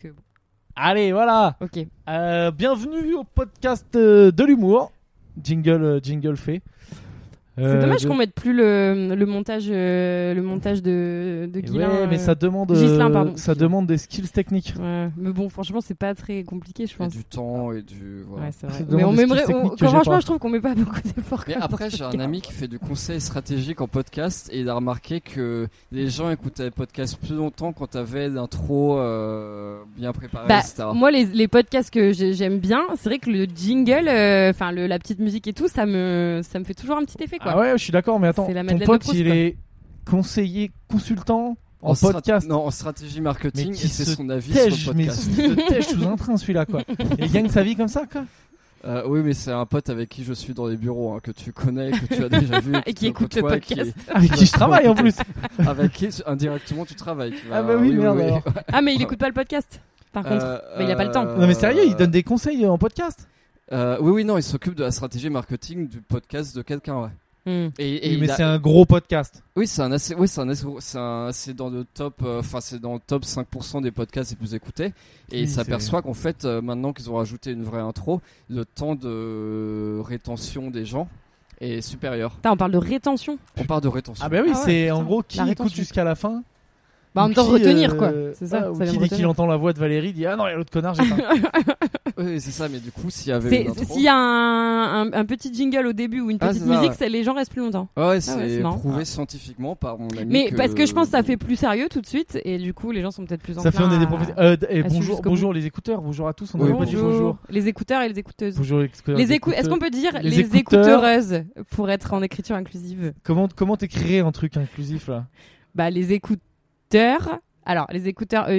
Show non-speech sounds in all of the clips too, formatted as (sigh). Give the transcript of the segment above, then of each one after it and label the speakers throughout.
Speaker 1: que bon,
Speaker 2: Allez, voilà.
Speaker 1: Ok.
Speaker 2: Euh, bienvenue au podcast euh, de l'humour. Jingle, euh, jingle fait.
Speaker 1: C'est
Speaker 2: Euh,
Speaker 1: dommage
Speaker 2: de-
Speaker 1: qu'on mette plus le, le montage, euh, le montage de, de
Speaker 2: Eh
Speaker 1: Guilain,
Speaker 2: ouais, mais
Speaker 1: euh,
Speaker 2: ça demande, euh,
Speaker 1: Ghislain, pardon.
Speaker 2: ça demande des skills techniques.
Speaker 1: euh, ouais. Mais bon, franchement, c'est pas très compliqué, je
Speaker 3: Et
Speaker 1: pense.
Speaker 3: du temps et du. voilà.
Speaker 1: Ouais, c'est vrai.
Speaker 2: Ça
Speaker 1: Mais on
Speaker 2: demande des skills
Speaker 1: m'aimerait. on-
Speaker 2: techniques que j'ai
Speaker 1: Franchement,
Speaker 2: pas.
Speaker 1: je trouve qu'on met pas beaucoup d'efforts.
Speaker 2: (laughs)
Speaker 3: Mais
Speaker 1: quand même
Speaker 3: après,
Speaker 1: dans
Speaker 3: j'ai
Speaker 1: ce
Speaker 3: un
Speaker 1: cas.
Speaker 3: ami qui fait du conseil stratégique en podcast et il a remarqué que les gens écoutaient les podcasts plus longtemps quand t'avais l'intro euh, bien préparée,
Speaker 1: Bah,
Speaker 3: etc.
Speaker 1: Moi, les, les podcasts que j'ai- j'aime bien, c'est vrai que le jingle, euh, enfin le- la petite musique et tout, ça me, ça me fait toujours un petit effet, quoi.
Speaker 2: Ah ouais, je suis d'accord, mais attends,
Speaker 1: C'est la
Speaker 2: ton
Speaker 1: Madeleine de
Speaker 2: pote,
Speaker 1: Proust,
Speaker 2: il
Speaker 1: quoi.
Speaker 2: est conseiller, consultant en,
Speaker 3: strat-
Speaker 2: podcast.
Speaker 3: Non, en stratégie marketing
Speaker 2: Mais
Speaker 3: et
Speaker 2: qui
Speaker 3: c'est
Speaker 2: se
Speaker 3: son avis
Speaker 2: Tège,
Speaker 3: sur le
Speaker 2: mais
Speaker 3: podcast.
Speaker 2: il se tège sous un train celui-là
Speaker 3: (laughs)
Speaker 2: quoi. Et il gagne sa vie comme ça quoi.
Speaker 3: Euh, oui, mais c'est un pote avec qui je suis dans les bureaux, hein, que tu connais, que tu as
Speaker 2: (laughs)
Speaker 3: déjà vu.
Speaker 1: Et
Speaker 3: que
Speaker 1: qui
Speaker 3: tu
Speaker 1: écoute le
Speaker 3: côtoies, qui-
Speaker 1: podcast.
Speaker 2: Avec qui je travaille en plus.
Speaker 3: Ah, avec qui indirectement tu travailles. qui va-
Speaker 2: Ah bah oui, merde, alors.
Speaker 1: Ah, mais il écoute pas le podcast. Par contre,
Speaker 3: Euh,
Speaker 1: Bah, il a pas le temps.
Speaker 2: Non mais sérieux, il donne des conseils en podcast.
Speaker 3: Euh, oui, oui, non, il s'occupe de la stratégie marketing du podcast de quelqu'un, ouais.
Speaker 1: Hmm.
Speaker 3: Et, et
Speaker 2: Oui,
Speaker 3: il
Speaker 2: mais
Speaker 3: a-
Speaker 2: c'est un gros podcast.
Speaker 3: Oui, c'est un assez, oui, c'est un assez, gros- c'est un- c'est dans le top, euh, enfin, c'est dans le top 5% des podcasts les plus écoutés. Et
Speaker 2: Oui,
Speaker 3: il
Speaker 2: c'est-
Speaker 3: s'aperçoit qu'en fait, euh, maintenant qu'ils ont rajouté une vraie intro, le temps de rétention des gens est supérieur.
Speaker 1: Putain, on parle de rétention.
Speaker 3: On parle de rétention.
Speaker 2: Ah bah oui,
Speaker 1: Ah ouais,
Speaker 2: c'est
Speaker 1: putain.
Speaker 2: en gros qui
Speaker 1: La
Speaker 2: écoute
Speaker 1: rétention.
Speaker 2: jusqu'à la fin.
Speaker 1: Bah, en
Speaker 2: ou
Speaker 1: même temps,
Speaker 2: qui,
Speaker 1: retenir,
Speaker 2: euh,
Speaker 1: quoi. C'est ça,
Speaker 2: ou
Speaker 1: ça vient
Speaker 2: qui
Speaker 1: de
Speaker 2: dit qu'il
Speaker 1: retenir.
Speaker 2: entend la voix de Valérie, il dit ah non, il y a l'autre connard,
Speaker 1: (laughs)
Speaker 2: j'ai pas.
Speaker 3: Oui, c'est ça, mais du coup, s'il y avait une
Speaker 1: C'est-
Speaker 3: intro.
Speaker 1: S'il y a un, un- un petit jingle au début ou une
Speaker 3: Ah,
Speaker 1: petite
Speaker 3: c'est ça,
Speaker 1: musique,
Speaker 3: ouais.
Speaker 1: ça- les gens restent plus longtemps.
Speaker 3: Ah ouais,
Speaker 1: Ah ouais,
Speaker 3: c'est
Speaker 1: c'est marrant.
Speaker 3: prouvé scientifiquement par mon ami.
Speaker 1: Mais parce que je pense que
Speaker 3: euh,
Speaker 1: ça fait plus sérieux tout de suite et du coup les gens sont peut-être plus en
Speaker 2: Ça fait on est des professeurs. Euh, d- et
Speaker 1: à suivre
Speaker 2: bonjour,
Speaker 1: jusqu'au
Speaker 2: bonjour les écouteurs, bonjour à tous. On
Speaker 3: Oui,
Speaker 2: avait pas dit
Speaker 1: bonjour.
Speaker 2: bonjour.
Speaker 1: Les écouteurs et les écouteuses.
Speaker 2: Bonjour les écouteurs.
Speaker 1: Les
Speaker 2: les
Speaker 1: écou- Est-ce qu'on
Speaker 2: écouteurs.
Speaker 1: peut dire
Speaker 2: les
Speaker 1: les,
Speaker 2: écouteurs.
Speaker 1: écouteuses pour être en écriture inclusive
Speaker 2: Comment comment t'écrirais un truc inclusif là
Speaker 1: Bah les écouteurs. Alors les écouteurs E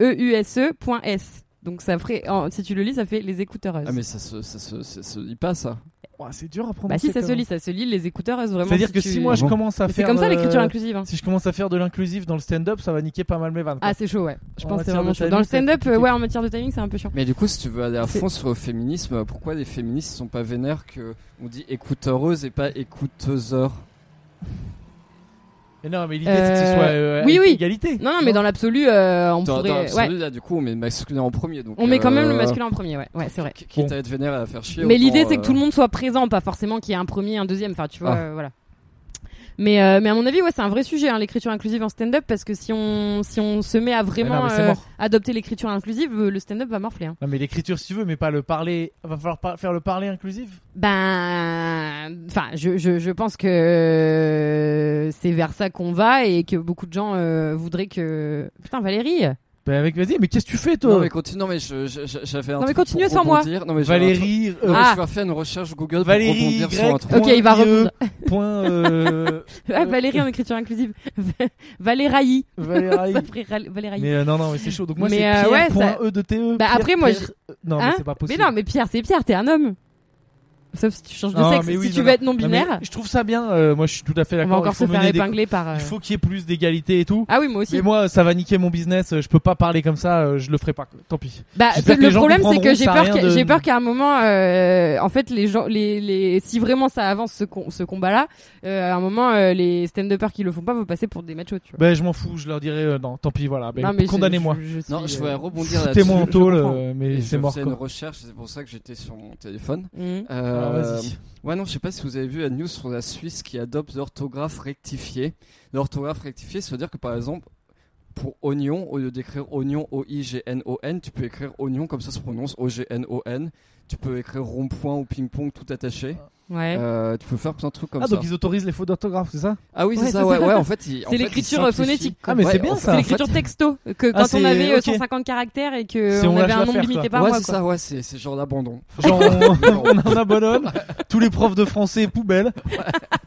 Speaker 1: EUR.EUSE.S. E Donc ça ferait en- si tu le lis ça fait les écouteuses.
Speaker 3: Ah, mais ça se, ça se, ça se dit pas, ça.
Speaker 2: Ouah, C'est dur à prononcer.
Speaker 1: bah si ça
Speaker 2: quand
Speaker 1: se
Speaker 2: même.
Speaker 1: lit ça se lit les écouteuses vraiment.
Speaker 2: C'est-à-dire
Speaker 1: si
Speaker 2: que
Speaker 1: tu-
Speaker 2: si moi je
Speaker 3: Bon.
Speaker 2: commence à
Speaker 1: c'est
Speaker 2: faire
Speaker 1: comme ça
Speaker 2: euh,
Speaker 1: l'écriture inclusive. hein.
Speaker 2: Si je commence à faire de l'inclusif dans le stand-up, ça va niquer pas mal mes vannes. quoi.
Speaker 1: Ah c'est chaud ouais. Je
Speaker 2: En
Speaker 1: pense que c'est
Speaker 2: matière
Speaker 1: vraiment
Speaker 2: de
Speaker 1: chaud. Dans le
Speaker 2: timing, c'est
Speaker 1: stand-up euh,
Speaker 2: compliqué.
Speaker 1: ouais en matière de timing c'est un peu chiant.
Speaker 3: Mais du coup, si tu veux aller à
Speaker 1: C'est-
Speaker 3: fond sur le féminisme, pourquoi les féministes sont pas vénères que on dit écouteureuse et pas écouteuseur
Speaker 2: Mais non, mais l'idée c'est que ce soit euh,
Speaker 1: Ah, oui,
Speaker 2: à
Speaker 1: oui.
Speaker 2: égalité.
Speaker 1: Non non mais dans l'absolu euh, on
Speaker 3: Dans, dans
Speaker 1: pourrait ouais.
Speaker 3: l'absolu, là, du coup, on met le masculin en premier. Donc,
Speaker 1: On met quand même le
Speaker 3: euh,
Speaker 1: masculin en premier, ouais, ouais c'est vrai.
Speaker 3: qui- Quitte à être vénère et à faire chier.
Speaker 1: Mais
Speaker 3: autant,
Speaker 1: l'idée c'est que
Speaker 3: euh,
Speaker 1: tout le monde soit présent, pas forcément qu'il y ait un premier, un deuxième, enfin tu vois,
Speaker 3: Ah.
Speaker 1: euh, voilà. Mais, euh, mais à mon avis, ouais, c'est un vrai sujet, hein, l'écriture inclusive en stand-up, parce que si on, si on se
Speaker 3: Eh
Speaker 1: met à
Speaker 3: ben,
Speaker 2: Ah
Speaker 1: vraiment
Speaker 2: non, mais c'est
Speaker 1: euh,
Speaker 2: mort.
Speaker 1: adopter l'écriture inclusive, euh, le stand-up va morfler. Hein.
Speaker 2: Non, mais l'écriture si tu veux, mais pas le parler. Va falloir par- faire le parler inclusif.
Speaker 1: Ben, enfin, je, je, je pense que euh, c'est vers ça qu'on va et que beaucoup de gens euh, voudraient que... Putain, Valérie
Speaker 3: Euh.
Speaker 2: Ben avec vas-y, mais qu'est-ce que tu fais toi
Speaker 3: Non, mais continue, non, mais je- je- je- j'avais un
Speaker 1: Non, mais
Speaker 3: truc pour
Speaker 1: continuez sans moi.
Speaker 3: rebondir. Non, mais j'avais un truc-
Speaker 2: Valérie. euh,
Speaker 3: Non, mais
Speaker 1: Ah.
Speaker 3: Je vais faire une recherche Google
Speaker 2: Valérie
Speaker 3: pour rebondir sur un truc.
Speaker 2: Y.
Speaker 1: Ok, il va
Speaker 2: Point IE.
Speaker 1: répondre.
Speaker 2: Point.
Speaker 1: (laughs)
Speaker 2: euh,
Speaker 1: Ah, Valérie en écriture inclusive. (laughs) Valérie.
Speaker 2: Valérie.
Speaker 1: Ça ferait Ral- Valérie.
Speaker 2: Mais euh, non, non, mais c'est chaud. Donc moi,
Speaker 1: Mais,
Speaker 2: c'est
Speaker 1: euh,
Speaker 2: Pierre,
Speaker 1: ouais,
Speaker 2: point
Speaker 1: ça-
Speaker 2: E de TE.
Speaker 1: Bah,
Speaker 2: Pierre,
Speaker 1: après, moi,
Speaker 2: Pierre,
Speaker 1: je-
Speaker 2: euh, Non,
Speaker 1: Hein
Speaker 2: mais c'est pas
Speaker 1: Mais
Speaker 2: possible.
Speaker 1: non, mais Pierre, c'est Pierre, t'es un homme. Sauf si tu changes de
Speaker 2: Non,
Speaker 1: sexe.
Speaker 2: mais oui,
Speaker 1: si tu
Speaker 2: non,
Speaker 1: veux être non-binaire,
Speaker 2: mais je trouve ça bien. euh, moi, je suis tout à fait
Speaker 1: on
Speaker 2: d'accord.
Speaker 1: va encore
Speaker 2: il faut
Speaker 1: se faire
Speaker 2: mener des-
Speaker 1: épingler par. euh,
Speaker 2: Il faut qu'il y ait plus d'égalité et tout.
Speaker 1: Ah oui, moi aussi.
Speaker 2: Mais moi, ça va niquer mon business. euh, Je peux pas parler comme ça. euh, Je le ferai pas. quoi. Tant pis.
Speaker 1: Bah,
Speaker 2: j'espère que les
Speaker 1: le
Speaker 2: gens
Speaker 1: problème, c'est
Speaker 2: comprendront
Speaker 1: que j'ai
Speaker 2: ça a
Speaker 1: peur,
Speaker 2: rien
Speaker 1: qu'à-
Speaker 2: de-
Speaker 1: j'ai peur qu'à un moment, euh, en fait, les gens, les, les, si vraiment ça avance ce, com- ce combat-là, euh, à un moment, euh, les stand-uppers qui le font pas vont passer pour des machos, tu vois.
Speaker 2: Ben, je m'en fous. Je leur dirai euh, non. Tant pis. Voilà. Ben,
Speaker 1: Non, mais je-
Speaker 2: Condamnez-moi.
Speaker 1: je- je suis,
Speaker 3: Non, je
Speaker 1: euh,
Speaker 3: vais rebondir là-dessus.
Speaker 2: Foutez-moi en tôle.
Speaker 1: comprends.
Speaker 2: euh,
Speaker 3: Et
Speaker 2: Mais
Speaker 3: je
Speaker 2: c'est mort.
Speaker 3: faisais une
Speaker 2: quoi.
Speaker 3: recherche, c'est pour ça que j'étais sur mon téléphone.
Speaker 1: hmm.
Speaker 2: Alors,
Speaker 3: Euh,
Speaker 2: Vas-y.
Speaker 3: Ouais, non, je sais pas si vous avez vu la news sur la Suisse qui adopte l'orthographe rectifiée. L'orthographe rectifiée, ça veut dire que par exemple, pour oignon, au lieu d'écrire oignon, O-I-G-N-O-N, tu peux écrire oignon comme ça se prononce, O-G-N-O-N. Tu peux écrire rond-point ou ping-pong tout attaché.
Speaker 1: Ouais.
Speaker 3: Euh, tu peux faire plein de trucs comme
Speaker 2: Ah,
Speaker 3: ça.
Speaker 2: donc ils autorisent les fautes d'orthographe, c'est ça
Speaker 3: Ah oui, c'est
Speaker 1: Ouais,
Speaker 3: ça,
Speaker 1: c'est
Speaker 3: ouais,
Speaker 1: ça.
Speaker 3: ouais, en fait. ils-
Speaker 1: c'est
Speaker 3: en fait, ils
Speaker 1: l'écriture euh,
Speaker 3: simplifient.
Speaker 1: phonétique.
Speaker 2: Ah, mais
Speaker 3: Ouais,
Speaker 2: c'est bien
Speaker 3: en
Speaker 2: ça.
Speaker 1: C'est
Speaker 3: fait-
Speaker 1: l'écriture texto. Que
Speaker 2: Ah,
Speaker 1: quand on
Speaker 2: c'est-
Speaker 1: avait
Speaker 2: ok.
Speaker 1: euh, 150 caractères et que
Speaker 2: C'est on
Speaker 1: on avait
Speaker 2: lâche
Speaker 1: un nombre
Speaker 2: l'affaire,
Speaker 1: limité
Speaker 2: quoi.
Speaker 1: par
Speaker 3: ouais,
Speaker 1: mois,
Speaker 3: c'est
Speaker 1: quoi.
Speaker 3: ça, ouais, c'est c'est genre
Speaker 1: (laughs)
Speaker 3: d'abandon.
Speaker 1: Ah,
Speaker 2: Genre, on,
Speaker 3: Non.
Speaker 2: on a (laughs) un abandonne. Tous les profs de français, poubelle.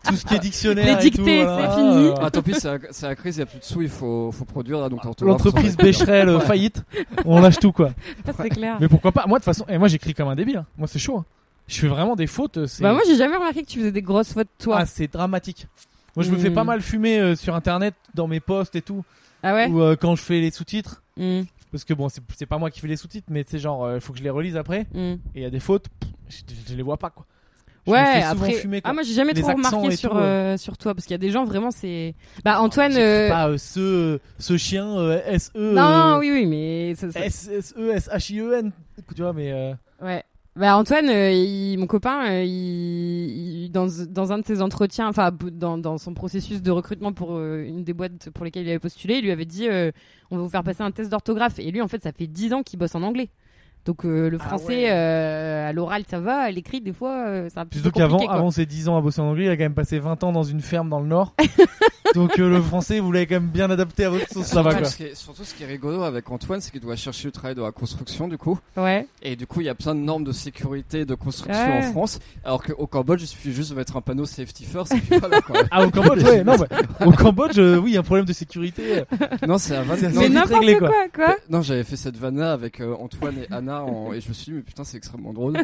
Speaker 2: Tout ce qui est dictionnaire.
Speaker 1: Les
Speaker 2: et tout,
Speaker 1: dictées,
Speaker 2: voilà.
Speaker 1: c'est fini.
Speaker 2: Euh,
Speaker 3: Ah, tant pis, c'est la- c'est la crise, il n'y a plus de sous, il faut, faut produire, là, donc l'orthographe,
Speaker 2: L'entreprise
Speaker 3: ça va être bien.
Speaker 2: Becherel euh, faillite. On lâche tout, quoi.
Speaker 1: (laughs) C'est clair.
Speaker 2: Mais pourquoi pas Moi, de toute façon, et moi j'écris comme un débile. hein. Moi, c'est chaud. hein. Je fais vraiment des fautes. euh, C'est
Speaker 1: Bah moi j'ai jamais remarqué que tu faisais des grosses fautes toi.
Speaker 2: Ah, c'est dramatique. Moi, je me fais
Speaker 1: Mm.
Speaker 2: pas mal fumer euh, sur internet, dans mes posts et tout,
Speaker 1: Ah ouais.
Speaker 2: ou euh, quand je fais les sous-titres.
Speaker 1: Mm,
Speaker 2: Parce que bon, c'est c'est pas moi qui fais les sous-titres, mais c'est genre, euh, faut que je les relise après.
Speaker 1: mm.
Speaker 2: Et il y a des fautes, pff, je, je les vois pas quoi. Je me
Speaker 1: ouais,
Speaker 2: fais souvent
Speaker 1: après.
Speaker 2: fumer, quoi.
Speaker 1: ah, moi, j'ai jamais
Speaker 2: Les
Speaker 1: trop
Speaker 2: accents
Speaker 1: remarqué
Speaker 2: et
Speaker 1: sur,
Speaker 2: tout, ouais.
Speaker 1: euh, sur toi, parce qu'il y a des gens vraiment, c'est. Bah, Antoine.
Speaker 2: J'écris
Speaker 1: euh,
Speaker 2: pas euh, ce, ce chien euh, S E
Speaker 1: Non,
Speaker 2: euh,
Speaker 1: oui, oui, mais. ça- ça-
Speaker 2: S S E S H I E N tu vois mais euh,
Speaker 1: Ouais. Bah Antoine, euh, il- mon copain, euh, il, il- dans, dans un de ses entretiens, enfin b- dans, dans son processus de recrutement pour euh, une des boîtes pour lesquelles il avait postulé, il lui avait dit euh, on va vous faire passer un test d'orthographe. Et lui, en fait, ça fait 10 ans qu'il bosse en anglais. Donc euh, le
Speaker 2: Ah
Speaker 1: français
Speaker 2: ouais.
Speaker 1: euh, à l'oral ça va, à l'écrit des fois euh, c'est un petit peu
Speaker 2: plutôt
Speaker 1: compliqué.
Speaker 2: qu'avant
Speaker 1: quoi.
Speaker 2: avant ses 10 ans à bosser en anglais, il a quand même passé 20 ans dans une ferme dans le
Speaker 1: (laughs)
Speaker 2: nord. Donc euh, le français vous l'avez quand même bien adapté à votre sauce ça va
Speaker 3: Surtout,
Speaker 2: quoi.
Speaker 3: ce qui est- surtout ce qui est rigolo avec Antoine, c'est qu'il doit chercher le travail de la construction du coup.
Speaker 1: Ouais.
Speaker 3: Et du coup, il y a plein de normes de sécurité de construction
Speaker 1: Ouais.
Speaker 3: en France. Alors qu'au Cambodge, il suffit juste de mettre un panneau safety first. Et puis
Speaker 1: (laughs)
Speaker 3: voilà, quoi.
Speaker 2: Ah au Cambodge ouais, non bah, au Cambodge euh, oui, il y a un problème de sécurité.
Speaker 3: non, c'est à 20
Speaker 2: C'est
Speaker 3: non,
Speaker 1: Mais
Speaker 2: vite
Speaker 1: n'importe
Speaker 2: réglé,
Speaker 1: quoi,
Speaker 2: quoi.
Speaker 1: quoi.
Speaker 3: Non, j'avais fait cette vanna avec euh, Antoine et Anna en- et je me suis dit, mais putain, c'est extrêmement drôle.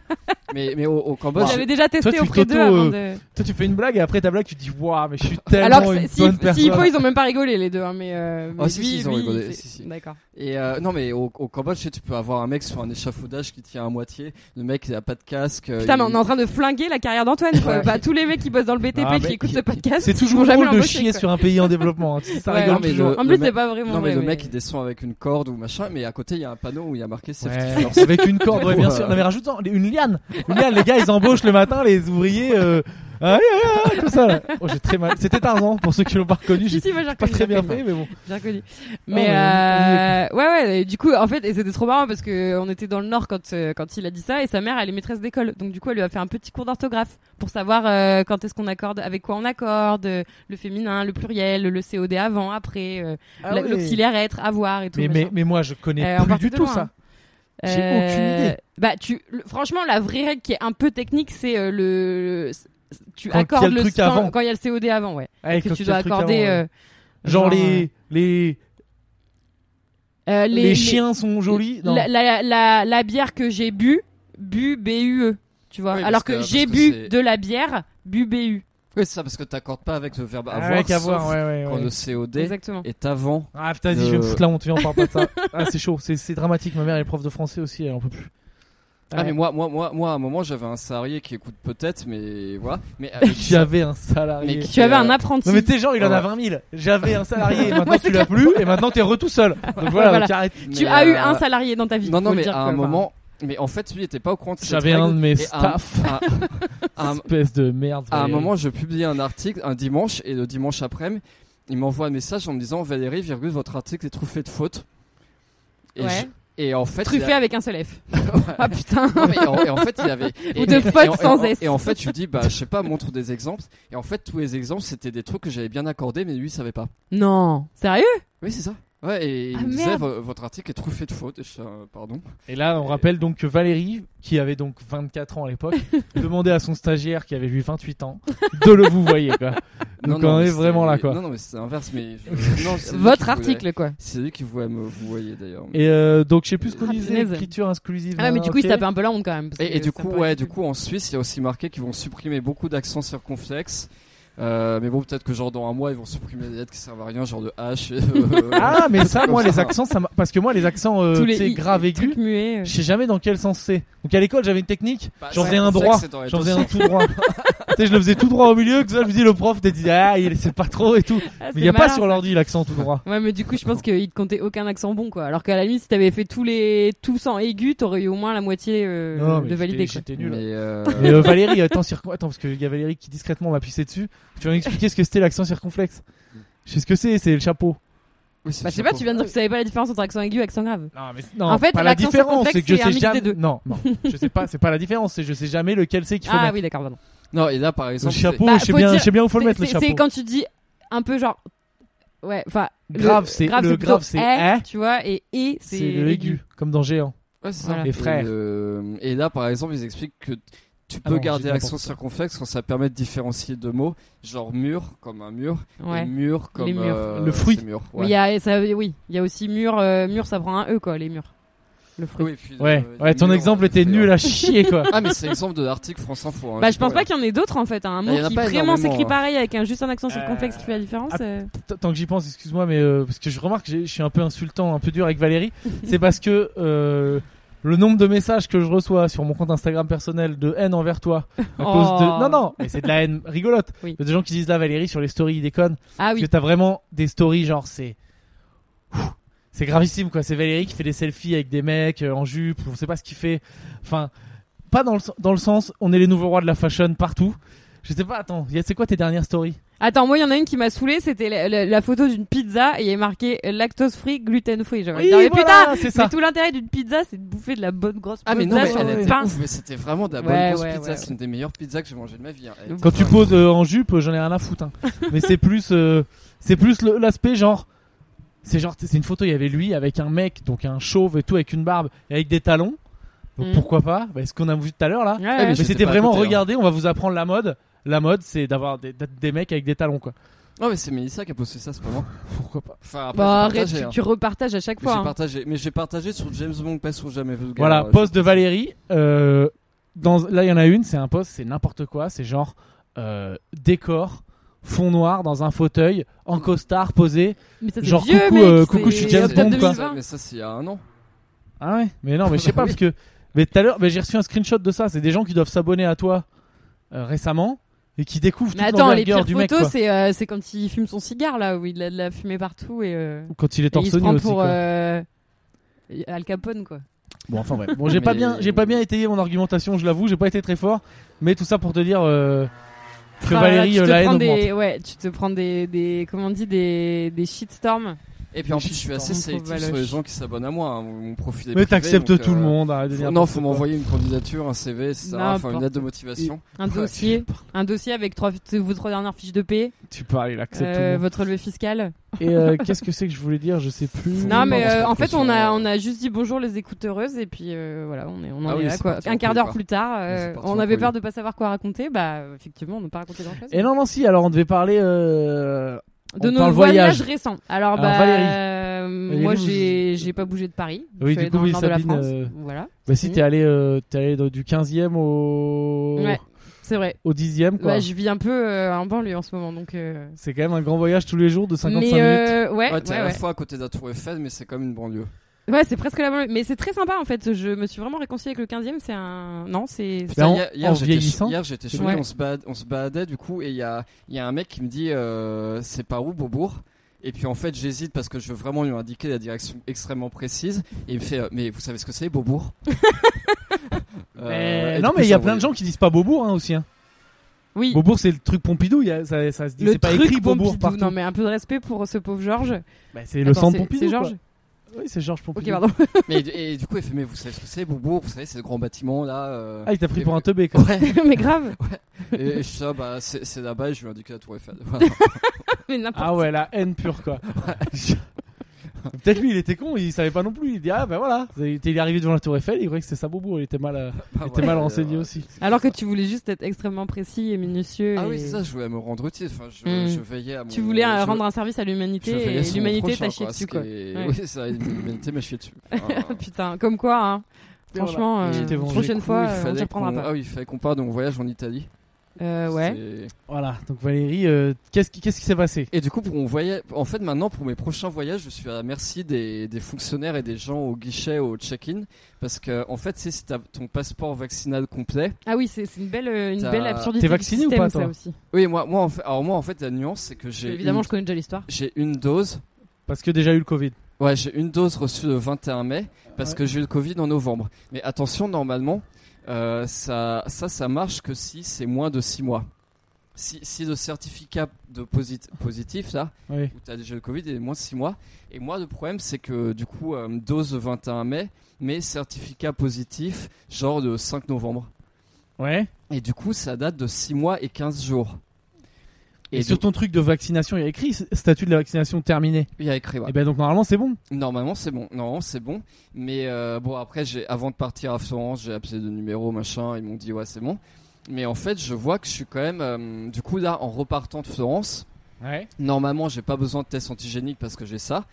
Speaker 3: mais, mais au, au
Speaker 1: Vous
Speaker 3: Cambodge,
Speaker 2: Bah,
Speaker 1: l'avez déjà testé
Speaker 2: tu
Speaker 1: auprès d'eux
Speaker 2: t'auto,
Speaker 1: avant
Speaker 2: euh,
Speaker 1: de.
Speaker 2: Toi tu fais une blague et après ta blague tu te dis waouh mais je suis tellement
Speaker 1: Alors que
Speaker 2: une
Speaker 1: si-
Speaker 2: bonne
Speaker 1: s'il
Speaker 2: personne.
Speaker 1: faut, ils ont même pas rigolé les deux, hein, mais. Euh,
Speaker 3: Ah,
Speaker 1: mais
Speaker 3: si,
Speaker 1: lui,
Speaker 3: si, ils ont
Speaker 1: lui,
Speaker 3: rigolé,
Speaker 1: c'est-
Speaker 3: si, si.
Speaker 1: D'accord.
Speaker 3: Et euh, non, mais au, au Cambodge, tu sais, tu peux avoir un mec sur un échafaudage qui tient à moitié. Le mec, il a pas de casque. euh,
Speaker 1: Putain,
Speaker 3: il-
Speaker 1: mais on est en train de flinguer la carrière d'Antoine, quoi.
Speaker 3: Ouais.
Speaker 1: Bah, tous les mecs qui bossent dans le BTP
Speaker 2: Ah,
Speaker 1: qui
Speaker 2: mais-
Speaker 1: écoutent ce podcast.
Speaker 2: C'est
Speaker 1: ils
Speaker 2: toujours
Speaker 1: vont jamais
Speaker 2: drôle de
Speaker 1: l'embaucher,
Speaker 2: chier
Speaker 1: quoi.
Speaker 2: sur un pays en développement, hein. ça
Speaker 1: Ouais.
Speaker 2: rigole
Speaker 1: Non,
Speaker 3: mais
Speaker 2: toujours.
Speaker 3: le-
Speaker 1: En plus,
Speaker 3: mec-
Speaker 1: c'est pas vraiment.
Speaker 3: Non, mais
Speaker 1: vrai,
Speaker 3: le mec, il descend avec une corde ou machin, mais à côté, il y a un panneau où il y a marqué safety
Speaker 2: Ouais.
Speaker 3: first.
Speaker 2: Avec une corde, ouais, bien
Speaker 3: Ouais.
Speaker 2: sûr. Non, mais rajoute-en les- une liane. Une liane, les gars, ils embauchent le matin les ouvriers. Euh... allez, allez, allez, comme ça. là. Oh, j'ai très mal. C'était Tarzan pour ceux qui l'ont pas reconnu.
Speaker 1: Si,
Speaker 2: J'ai
Speaker 1: si, moi, j'ai
Speaker 2: pas
Speaker 1: reconnu,
Speaker 2: très
Speaker 1: j'ai
Speaker 2: bien
Speaker 1: reconnu,
Speaker 2: fait, mais bon.
Speaker 1: j'ai reconnu.
Speaker 2: mais
Speaker 1: Mais euh, ouais, ouais. et Du coup, en fait, et c'était trop marrant parce que on était dans le Nord quand euh, quand il a dit ça et sa mère, elle est maîtresse d'école, donc du coup, elle lui a fait un petit cours d'orthographe pour savoir euh, quand est-ce qu'on accorde, avec quoi on accorde, euh, le féminin, le pluriel, le COD avant, après, euh, la- l'auxiliaire être, avoir et tout.
Speaker 2: Ah Mais,
Speaker 1: machin.
Speaker 2: mais, mais moi, je connais
Speaker 1: Euh, on
Speaker 2: plus
Speaker 1: part
Speaker 2: du
Speaker 1: de
Speaker 2: tout
Speaker 1: loin,
Speaker 2: ça.
Speaker 1: hein.
Speaker 2: J'ai aucune idée.
Speaker 1: Bah, tu, le- franchement, la vraie règle qui est un peu technique, c'est euh, le. c- Tu
Speaker 2: Quand il y a
Speaker 1: accordes
Speaker 2: le
Speaker 1: le,
Speaker 2: truc
Speaker 1: quand-
Speaker 2: avant.
Speaker 1: quand il y a le COD avant, ouais.
Speaker 2: Avec
Speaker 1: Que
Speaker 2: le
Speaker 1: tu
Speaker 2: petit
Speaker 1: dois
Speaker 2: truc
Speaker 1: accorder.
Speaker 2: avant, ouais.
Speaker 1: euh,
Speaker 2: Genre,
Speaker 1: genre,
Speaker 2: les, les,
Speaker 1: euh,
Speaker 2: les, chiens sont jolis. Non.
Speaker 1: La, la, la, la bière que j'ai bu, bu BUE. Tu vois.
Speaker 3: Oui, parce
Speaker 1: Alors
Speaker 3: que-
Speaker 1: que,
Speaker 3: parce
Speaker 1: j'ai
Speaker 3: que
Speaker 1: bu
Speaker 3: c'est-
Speaker 1: de la bière, bu E. BU.
Speaker 3: Oui, c'est ça, parce que t'accordes pas avec le verbe
Speaker 1: Ah,
Speaker 3: avoir.
Speaker 2: Avec avoir,
Speaker 3: sauf
Speaker 2: Ah, ouais, ouais,
Speaker 3: Quand
Speaker 2: ouais.
Speaker 3: le COD
Speaker 1: Exactement.
Speaker 3: est avant.
Speaker 2: Ah putain, vas-y, je vais me
Speaker 3: Euh,
Speaker 2: foutre la honte, viens, on parle pas de ça. Ah, c'est chaud, c'est c'est dramatique. Ma mère elle est prof de français aussi, elle en peut plus.
Speaker 3: Ah,
Speaker 2: Ouais.
Speaker 3: mais moi, moi, moi, moi, à un moment, j'avais un salarié qui écoute peut-être, mais voilà. Mais euh,
Speaker 1: (laughs)
Speaker 3: avec ça-
Speaker 2: J'avais un salarié.
Speaker 3: Mais qui-
Speaker 1: Tu avais
Speaker 3: euh,
Speaker 1: un apprenti.
Speaker 2: Non mais t'es genre il en a
Speaker 3: Ouais.
Speaker 2: 20 000 J'avais un (laughs) salarié et maintenant tu l'as plus et maintenant t'es re tout (laughs) seul Donc voilà,
Speaker 1: Voilà.
Speaker 2: donc arrête
Speaker 1: Tu
Speaker 3: mais,
Speaker 1: as eu
Speaker 3: euh,
Speaker 1: un salarié dans ta vie.
Speaker 3: Non,
Speaker 1: faut
Speaker 3: non,
Speaker 1: le
Speaker 3: mais
Speaker 1: dire, hein. quoi,
Speaker 3: à un
Speaker 1: enfin.
Speaker 3: moment. Mais en fait, lui, il était pas au courant de cette
Speaker 2: J'avais un
Speaker 3: règle.
Speaker 2: de mes
Speaker 3: Et à un-
Speaker 2: staff
Speaker 3: (laughs) à- à un-
Speaker 2: Espèce de merde euh,
Speaker 3: À un
Speaker 2: Valérie.
Speaker 3: moment, je publie un article un dimanche et le dimanche après-midi, il m'envoie un message en me disant Valérie, virgule, votre article est truffé de fautes. Et,
Speaker 1: Ouais.
Speaker 3: je- et en fait, il
Speaker 1: Truffé
Speaker 3: a- (laughs)
Speaker 1: avec un seul F.
Speaker 3: Ouais.
Speaker 1: Ah putain.
Speaker 3: Non, mais et en, et en fait, il avait et-
Speaker 1: Ou de
Speaker 3: et-
Speaker 1: fautes
Speaker 3: et en-
Speaker 1: sans
Speaker 3: et en-
Speaker 1: S.
Speaker 3: Et en fait, je lui dis bah je sais pas, montre des exemples. Et en fait, tous les exemples c'était des trucs que j'avais bien accordés, mais lui il savait pas.
Speaker 1: Non. Sérieux
Speaker 3: Oui, c'est ça. Ouais, et il
Speaker 1: Ah,
Speaker 3: me disait
Speaker 1: merde.
Speaker 3: Vo- votre article est truffé de fautes. Et je, euh, pardon.
Speaker 2: Et là on rappelle donc que Valérie Qui avait donc 24 ans à
Speaker 1: (laughs)
Speaker 2: l'époque Demandait à son stagiaire qui avait lui 28 ans De le vous voyez quoi Donc on est
Speaker 3: mais c'était-
Speaker 2: vraiment là quoi
Speaker 3: Non, non, mais c'est inverse. Mais
Speaker 2: (laughs)
Speaker 3: je- non, c'est Bah, lui qui
Speaker 1: Votre
Speaker 3: voulait-
Speaker 1: article, quoi.
Speaker 3: C'est lui qui voulait me vous voyez d'ailleurs. mais-
Speaker 2: Et euh, donc je sais plus ce qu'on
Speaker 1: Ah,
Speaker 2: disait
Speaker 1: punaise.
Speaker 2: Écriture exclusive
Speaker 1: Ah ouais, mais du coup,
Speaker 2: ok.
Speaker 1: il se tapait un peu la honte quand même. parce que
Speaker 3: Et, et du
Speaker 1: ça
Speaker 3: coup,
Speaker 1: paraît
Speaker 3: ouais, du
Speaker 1: ridicule.
Speaker 3: coup, en Suisse, il y a aussi marqué qu'ils vont supprimer beaucoup d'accents circonflexes. Euh, mais bon, peut-être que genre dans un mois, ils vont supprimer des lettres qui servent à rien, genre de H. et, euh,
Speaker 2: Ah mais
Speaker 1: (laughs)
Speaker 2: ça moi
Speaker 3: Comme
Speaker 2: les
Speaker 3: ça.
Speaker 2: accents ça m'a- Parce que moi les accents euh,
Speaker 1: Tous
Speaker 2: tu
Speaker 1: les
Speaker 2: sais
Speaker 1: i-
Speaker 2: grave aigus
Speaker 1: trucs muets. euh.
Speaker 2: Je sais jamais dans quel sens c'est Donc à l'école j'avais une technique
Speaker 3: bah,
Speaker 2: J'en
Speaker 3: c'est
Speaker 2: faisais un
Speaker 3: pour ça
Speaker 2: droit.
Speaker 3: que c'est dans les
Speaker 2: J'en
Speaker 3: deux
Speaker 2: faisais un
Speaker 3: sens.
Speaker 2: tout droit. (laughs) tu sais, je le faisais tout droit au milieu, que ça, je me dis, le prof, t'es dit, ah, il sait pas trop et tout.
Speaker 1: Ah,
Speaker 2: Mais il
Speaker 1: c'est
Speaker 2: n'y a pas
Speaker 1: malin,
Speaker 2: sur
Speaker 1: ça.
Speaker 2: l'ordi l'accent tout droit.
Speaker 1: Ouais, mais du coup, je pense qu'il te comptait aucun accent bon, quoi. Alors qu'à la limite, si t'avais fait tous les tous en aigu, t'aurais eu au moins la moitié euh,
Speaker 2: Non, mais
Speaker 1: de validé.
Speaker 2: j'étais-
Speaker 1: Quoi.
Speaker 2: J'étais
Speaker 3: Mais,
Speaker 2: nul.
Speaker 1: (laughs)
Speaker 3: euh,
Speaker 2: Mais euh, Valérie, attends, circon- attends, parce qu'il y a Valérie qui discrètement m'a pissé dessus. Tu vas m'expliquer ce que c'était l'accent circonflexe. Je sais ce que c'est, c'est le chapeau.
Speaker 3: oui, c'est
Speaker 1: Bah, je sais
Speaker 3: chapeau.
Speaker 1: pas, tu viens de dire que tu savais pas la différence entre accent aigu et accent grave.
Speaker 2: Non, mais non,
Speaker 1: En fait,
Speaker 2: pas la
Speaker 1: l'accent
Speaker 2: différence,
Speaker 1: circonflexe,
Speaker 2: c'est que je
Speaker 1: c'est un
Speaker 2: sais
Speaker 1: mix des
Speaker 2: jamais.
Speaker 1: deux.
Speaker 2: Non, non, je sais pas, c'est pas la différence, c'est je sais jamais lequel c'est qu'il faut
Speaker 1: Ah
Speaker 2: mettre.
Speaker 1: oui, d'accord, pardon.
Speaker 3: Non, et là, par
Speaker 2: Le
Speaker 3: exemple.
Speaker 2: chapeau,
Speaker 1: Bah,
Speaker 2: je, sais
Speaker 1: faut
Speaker 2: bien,
Speaker 1: dire-
Speaker 2: je sais bien où faut le
Speaker 1: C'est-
Speaker 2: mettre, le
Speaker 1: c'est-
Speaker 2: chapeau.
Speaker 1: C'est quand tu dis un peu genre. Ouais, enfin. le-
Speaker 2: Grave, c'est- le
Speaker 1: plutôt
Speaker 2: grave, c'est
Speaker 1: eh,
Speaker 2: eh.
Speaker 1: Tu vois, et et, c'est
Speaker 2: C'est le aigu, comme dans Géant.
Speaker 3: Ouais, c'est ça.
Speaker 1: Voilà.
Speaker 2: Les frères.
Speaker 3: Et, euh, et là, par exemple, ils expliquent que tu
Speaker 2: Ah
Speaker 3: peux
Speaker 2: non, j'ai
Speaker 3: garder
Speaker 2: dit
Speaker 3: l'accent
Speaker 2: n'importe quoi.
Speaker 3: circonflexe quand ça permet de différencier deux mots, genre mur comme un mur, et
Speaker 1: Ouais.
Speaker 3: mur comme
Speaker 1: Les murs.
Speaker 3: euh,
Speaker 2: Le fruit.
Speaker 3: c'est mur,
Speaker 1: Mais
Speaker 3: ouais.
Speaker 1: il y a, ça, oui, il y a aussi mur, euh, mur, ça prend un E, quoi, les murs. Le fruit.
Speaker 3: Oui, puis,
Speaker 2: Ouais,
Speaker 3: euh,
Speaker 2: ouais,
Speaker 3: les
Speaker 2: ton
Speaker 3: murs,
Speaker 2: exemple
Speaker 3: euh,
Speaker 2: était
Speaker 3: c'est-
Speaker 2: nul à chier,
Speaker 1: (laughs)
Speaker 2: quoi.
Speaker 3: Ah, mais c'est l'exemple de l'article France Info. hein,
Speaker 1: Bah, je pense
Speaker 3: crois,
Speaker 1: pas qu'il y en ait d'autres en fait. hein. Un
Speaker 3: Bah, y en
Speaker 1: mot
Speaker 3: a
Speaker 1: qui
Speaker 3: pas
Speaker 1: vraiment s'écrit
Speaker 3: énormément,
Speaker 1: pareil avec un, juste un accent
Speaker 2: Euh,
Speaker 1: circonflexe qui fait la différence.
Speaker 2: ah,
Speaker 1: euh.
Speaker 2: T- tant que j'y pense,
Speaker 1: (laughs)
Speaker 2: excuse-moi, mais euh, parce que je remarque, j'ai- je suis un peu insultant, un peu dur avec Valérie. c'est parce que euh, le nombre de messages que je reçois sur mon compte Instagram personnel de haine envers toi à
Speaker 1: Oh.
Speaker 2: cause de non non mais c'est de la haine rigolote
Speaker 1: Oui.
Speaker 2: Il y a des gens qui disent là Valérie sur les stories il déconne
Speaker 1: Ah
Speaker 2: parce
Speaker 1: oui.
Speaker 2: que t'as vraiment des stories genre c'est Ouh, c'est gravissime quoi c'est Valérie qui fait des selfies avec des mecs euh, en jupe on sait pas ce qu'il fait enfin pas dans le sen- dans le sens on est les nouveaux rois de la fashion partout je sais pas attends y a- c'est quoi tes dernières stories
Speaker 1: Attends, moi, il y en a une qui m'a saoulé. C'était la, la- la photo d'une pizza et il y a marqué lactose free, gluten free. J'aurais dit, mais putain,
Speaker 2: voilà, c'est ça
Speaker 1: mais tout l'intérêt d'une pizza, c'est de bouffer de la bonne grosse
Speaker 3: Ah mais non,
Speaker 1: pizza
Speaker 3: mais
Speaker 1: sur
Speaker 3: elle
Speaker 1: des
Speaker 3: était
Speaker 1: pains.
Speaker 3: ouf, mais c'était vraiment de la bonne
Speaker 1: Ouais,
Speaker 3: grosse
Speaker 1: ouais,
Speaker 3: pizza.
Speaker 1: ouais.
Speaker 3: C'est une des meilleures pizzas que j'ai mangé de ma vie. hein. Elle-
Speaker 2: Quand tu poses euh, en jupe, euh, j'en ai rien à foutre. hein. Mais c'est plus, euh, c'est plus le- l'aspect genre, c'est genre, c'est une photo. Il y avait lui avec un mec, donc un chauve et tout, avec une barbe et avec des talons. Donc
Speaker 1: Mm.
Speaker 2: pourquoi pas Bah, Ce qu'on a vu tout à l'heure là.
Speaker 1: Ouais,
Speaker 3: Ah, mais
Speaker 1: ouais.
Speaker 2: Mais
Speaker 3: j'étais
Speaker 2: c'était
Speaker 3: pas à
Speaker 2: vraiment,
Speaker 3: côté, hein.
Speaker 2: regardez, on va vous apprendre la mode. La mode, c'est d'avoir des, d'être des mecs avec des talons quoi.
Speaker 3: Non mais c'est Mélissa qui a posté ça, c'est pas moi.
Speaker 2: Pourquoi pas
Speaker 3: Enfin, après,
Speaker 1: Bah,
Speaker 3: j'ai
Speaker 1: arrête,
Speaker 3: partagé,
Speaker 1: tu,
Speaker 3: hein.
Speaker 1: tu repartages à chaque
Speaker 3: Mais
Speaker 1: fois.
Speaker 3: j'ai
Speaker 1: hein.
Speaker 3: partagé, mais j'ai partagé sur James Bond, pas sur jamais vu.
Speaker 2: Voilà, poste de Valérie. euh, dans, là, il y en a une, c'est un poste, c'est n'importe quoi. C'est genre euh, décor, fond noir, dans un fauteuil, en costard, posé.
Speaker 1: Mais ça, c'est
Speaker 2: Genre,
Speaker 1: vieux,
Speaker 2: coucou,
Speaker 1: mec,
Speaker 2: euh, coucou,
Speaker 1: c'est
Speaker 2: je suis James
Speaker 1: octobre
Speaker 2: Bond, quoi.
Speaker 1: 2020.
Speaker 3: Mais ça, c'est il y a un an.
Speaker 2: Ah ouais Mais non, mais je sais
Speaker 1: (laughs)
Speaker 3: Bah
Speaker 2: pas,
Speaker 3: oui.
Speaker 2: parce que. Mais tout à l'heure, mais j'ai reçu un screenshot de ça. C'est des gens qui doivent s'abonner à toi euh, récemment et qui découvrent
Speaker 1: Mais
Speaker 2: toute
Speaker 1: attends, les
Speaker 2: l'envergure
Speaker 1: pires
Speaker 2: du mec.
Speaker 1: photos,
Speaker 2: quoi.
Speaker 1: c'est euh, c'est quand il fume son cigare, là, où il a de la fumée partout et, euh,
Speaker 2: Ou Quand il est
Speaker 1: et il
Speaker 2: torse
Speaker 1: se
Speaker 2: nu
Speaker 1: prend
Speaker 2: aussi.
Speaker 1: pour
Speaker 2: quoi.
Speaker 1: euh, Al Capone, quoi.
Speaker 2: Bon, enfin bref.
Speaker 1: (laughs)
Speaker 2: Bon, j'ai pas
Speaker 3: Mais-
Speaker 2: bien, j'ai pas
Speaker 1: euh,
Speaker 2: bien étayé mon argumentation, je l'avoue. J'ai pas été très fort, mais tout ça pour te dire euh, que
Speaker 1: Ah,
Speaker 2: Valérie
Speaker 1: tu
Speaker 2: euh,
Speaker 1: te
Speaker 2: la haine
Speaker 1: prends des-
Speaker 2: augmente.
Speaker 1: Ouais, tu te prends des, des comment on dit, des, des shitstorms.
Speaker 3: Et puis en
Speaker 2: Mais
Speaker 3: plus, je
Speaker 2: je
Speaker 3: suis
Speaker 2: suis
Speaker 3: assez
Speaker 1: en
Speaker 3: sélectif sur les
Speaker 1: provaloche.
Speaker 3: gens qui s'abonnent à moi. hein. Mon profil est
Speaker 2: Mais
Speaker 3: privé,
Speaker 2: t'acceptes
Speaker 3: donc,
Speaker 2: tout le
Speaker 3: euh,
Speaker 2: monde. arrête de
Speaker 3: faut-
Speaker 2: dire
Speaker 3: Non,
Speaker 2: n'importe
Speaker 3: faut
Speaker 2: quoi.
Speaker 3: m'envoyer une candidature, un CV, etc. Enfin, une
Speaker 1: N'importe.
Speaker 3: lettre de motivation.
Speaker 1: Un
Speaker 3: Ouais,
Speaker 1: dossier, un dossier avec trois, vos trois dernières fiches de paix,
Speaker 2: Tu parles, il accepte tout le
Speaker 1: euh,
Speaker 2: monde.
Speaker 1: votre relevé fiscal.
Speaker 2: Et euh, qu'est-ce que c'est que je voulais dire Je sais plus.
Speaker 1: Non, mais
Speaker 3: parce
Speaker 1: euh,
Speaker 3: qu'après,
Speaker 1: en fait,
Speaker 3: sur-
Speaker 1: on a, on a juste dit bonjour les écouteuses et puis euh, voilà, on, est, on en
Speaker 3: Ah
Speaker 1: est
Speaker 3: oui,
Speaker 1: là
Speaker 3: c'est
Speaker 1: quoi.
Speaker 3: parti en
Speaker 1: Un quart
Speaker 3: couille,
Speaker 1: d'heure
Speaker 3: quoi.
Speaker 1: plus tard,
Speaker 3: Mais c'est
Speaker 1: euh,
Speaker 3: parti en
Speaker 1: on avait
Speaker 3: couille.
Speaker 1: peur de pas savoir quoi raconter. Bah, effectivement, on n'a pas raconté grand chose.
Speaker 2: Et non, non, si. Alors, on devait parler. euh,
Speaker 1: De
Speaker 2: on
Speaker 1: nos
Speaker 2: parle
Speaker 1: voyages
Speaker 2: voyage.
Speaker 1: récents. Alors,
Speaker 2: Alors,
Speaker 1: bah,
Speaker 2: Valérie.
Speaker 1: euh,
Speaker 2: Valérie,
Speaker 1: moi,
Speaker 2: vous-
Speaker 1: j'ai j'ai pas bougé de Paris. Je
Speaker 2: Oui,
Speaker 1: suis
Speaker 2: du
Speaker 1: allée
Speaker 2: coup,
Speaker 1: dans le
Speaker 2: oui,
Speaker 1: nord de la
Speaker 2: Sabine,
Speaker 1: France.
Speaker 2: euh,
Speaker 1: Voilà.
Speaker 2: Bah si
Speaker 1: Mmh.
Speaker 2: t'es allé, euh, t'es allé dans- du 15e au
Speaker 1: Ouais, c'est vrai.
Speaker 2: au 10e quoi.
Speaker 1: Bah, je vis un peu euh, en banlieue en ce moment, donc. euh,
Speaker 2: C'est quand même un grand voyage tous les jours de 55
Speaker 1: mais
Speaker 2: minutes.
Speaker 1: euh, ouais,
Speaker 3: Ouais, t'es
Speaker 1: ouais,
Speaker 3: à la
Speaker 1: ouais.
Speaker 3: fois à côté de la Tour Eiffel, mais c'est comme une banlieue.
Speaker 1: Ouais, c'est presque la banlieue. Mais c'est très sympa en fait. Je me suis vraiment réconciliée avec le 15e. C'est un. Non, c'est.
Speaker 2: Ben,
Speaker 3: Putain,
Speaker 2: en-
Speaker 3: hier,
Speaker 2: en
Speaker 3: hier, j'étais
Speaker 2: vieillissant,
Speaker 3: cho- hier, j'étais choqué,
Speaker 1: Ouais.
Speaker 3: on, se balade- on se baladait du coup, et il y a, il y a un mec qui me dit euh, c'est par où Beaubourg Et puis en fait j'hésite parce que je veux vraiment lui indiquer la direction extrêmement précise, et il me fait euh, mais vous savez ce que
Speaker 2: (laughs)
Speaker 3: c'est Beaubourg Euh,
Speaker 2: Euh,
Speaker 3: et
Speaker 2: non
Speaker 3: du coup,
Speaker 2: mais il y
Speaker 3: ça
Speaker 2: a plein de
Speaker 3: voyait.
Speaker 2: gens qui disent pas Beaubourg hein, aussi. Hein.
Speaker 1: Oui.
Speaker 2: Beaubourg c'est le truc Pompidou, il y a- ça, ça se dit.
Speaker 1: Le
Speaker 2: C'est
Speaker 1: truc
Speaker 2: pas écrit Beaubourg
Speaker 1: Pompidou.
Speaker 2: partout.
Speaker 1: Non, mais un peu de respect pour ce pauvre Georges.
Speaker 2: Bah, c'est le
Speaker 1: Attends,
Speaker 2: centre
Speaker 1: c'est-
Speaker 2: Pompidou.
Speaker 1: C'est
Speaker 2: quoi.
Speaker 1: Georges.
Speaker 2: Oui c'est Georges
Speaker 1: Ok,
Speaker 2: Pompidou.
Speaker 1: pardon.
Speaker 3: Mais, et, du coup il fait mais vous savez ce que c'est Beaubourg Vous savez c'est le grand bâtiment là euh,
Speaker 2: Ah il t'a pris
Speaker 3: Et-
Speaker 2: pour un teubé
Speaker 1: (laughs)
Speaker 2: quoi.
Speaker 3: Ouais,
Speaker 1: mais grave.
Speaker 3: et, et je suis là, bah, c'est c'est là-bas, et je lui indique la Tour Eiffel. (laughs) Voilà.
Speaker 1: Mais n'importe.
Speaker 2: Ah ouais la haine pure
Speaker 1: (laughs)
Speaker 2: quoi. Peut-être lui il était con, il savait pas non plus. Il dit ah bah voilà, il est arrivé devant la Tour Eiffel, il croyait que c'était ça Beaubourg, il était mal, euh,
Speaker 3: Bah,
Speaker 2: il était
Speaker 3: voilà,
Speaker 2: mal
Speaker 3: euh,
Speaker 2: renseigné
Speaker 3: voilà.
Speaker 2: aussi.
Speaker 1: Alors que tu voulais juste être extrêmement précis et minutieux.
Speaker 3: Ah oui,
Speaker 1: et-
Speaker 3: c'est ça, je voulais me rendre utile. Enfin, je,
Speaker 2: Hmm.
Speaker 1: Mm.
Speaker 3: je veillais à mon.
Speaker 1: Tu voulais euh,
Speaker 3: je-
Speaker 1: rendre un service à
Speaker 3: je
Speaker 1: l'humanité
Speaker 3: veillais
Speaker 1: et
Speaker 3: sur mon
Speaker 1: l'humanité
Speaker 3: prochain,
Speaker 1: t'a chié dessus
Speaker 3: ce
Speaker 1: quoi.
Speaker 3: qui est-
Speaker 1: Ouais.
Speaker 3: Oui, ça, l'humanité
Speaker 1: (laughs)
Speaker 3: m'a chié dessus. Enfin,
Speaker 1: Putain, comme quoi, hein.
Speaker 2: Et voilà.
Speaker 1: Franchement,
Speaker 2: Tu
Speaker 1: euh,
Speaker 2: t'es vengé.
Speaker 1: prochaine
Speaker 3: Du coup,
Speaker 1: fois,
Speaker 3: il
Speaker 1: euh, on
Speaker 3: fallait
Speaker 1: t'y reprendra
Speaker 3: qu'on-
Speaker 1: pas.
Speaker 3: Ah oui, il fallait qu'on parle de mon voyage en Italie.
Speaker 1: Euh, ouais.
Speaker 3: C'est-
Speaker 2: Voilà donc Valérie, euh, qu'est-ce qui qu'est-ce qui s'est passé
Speaker 3: Et du coup, pour mon voyage, en fait, maintenant, pour mes prochains voyages, je suis à la merci des, des fonctionnaires et des gens au guichet, au check-in, parce que, en fait, c'est si t'as ton passeport vaccinal complet.
Speaker 1: Ah oui, c'est c'est une belle, euh, une
Speaker 3: T'as-
Speaker 1: belle absurdité.
Speaker 2: T'es
Speaker 1: du
Speaker 2: vacciné ou
Speaker 1: système,
Speaker 2: pas,
Speaker 1: ça
Speaker 2: toi
Speaker 1: aussi.
Speaker 3: Oui, moi, moi, en fait, alors moi, en fait, la nuance, c'est que j'ai
Speaker 1: Évidemment,
Speaker 3: une,
Speaker 1: je connais déjà l'histoire.
Speaker 3: j'ai une dose.
Speaker 2: Parce que déjà eu le Covid.
Speaker 3: Ouais, j'ai une dose reçue le 21 mai parce que j'ai eu le Covid en novembre. Mais attention, normalement, euh, ça, ça, ça marche que si c'est moins de 6 mois. Si, si le certificat de posit- positif, là,
Speaker 2: Oui.
Speaker 3: où tu as déjà le Covid, il est moins de 6 mois. Et moi, le problème, c'est que du coup, euh, dose le 21 mai, mais certificat positif, genre le 5 novembre.
Speaker 2: Ouais.
Speaker 3: Et du coup, ça date de 6 mois et 15 jours.
Speaker 2: Et,
Speaker 3: Et,
Speaker 2: sur
Speaker 3: surtout,
Speaker 2: ton truc de vaccination, il y a écrit statut de la vaccination terminé.
Speaker 3: il y a écrit, ouais.
Speaker 2: Et ben donc normalement c'est bon.
Speaker 3: Normalement, c'est bon. Normalement, c'est bon. Mais euh, bon, après, j'ai, avant de partir à Florence, j'ai appelé de numéro, machin. Ils m'ont dit, ouais, c'est bon. Mais en fait, je vois que je suis quand même. euh, du coup, là, en repartant de Florence,
Speaker 2: Ouais.
Speaker 3: normalement, j'ai pas besoin de test antigénique parce que j'ai ça.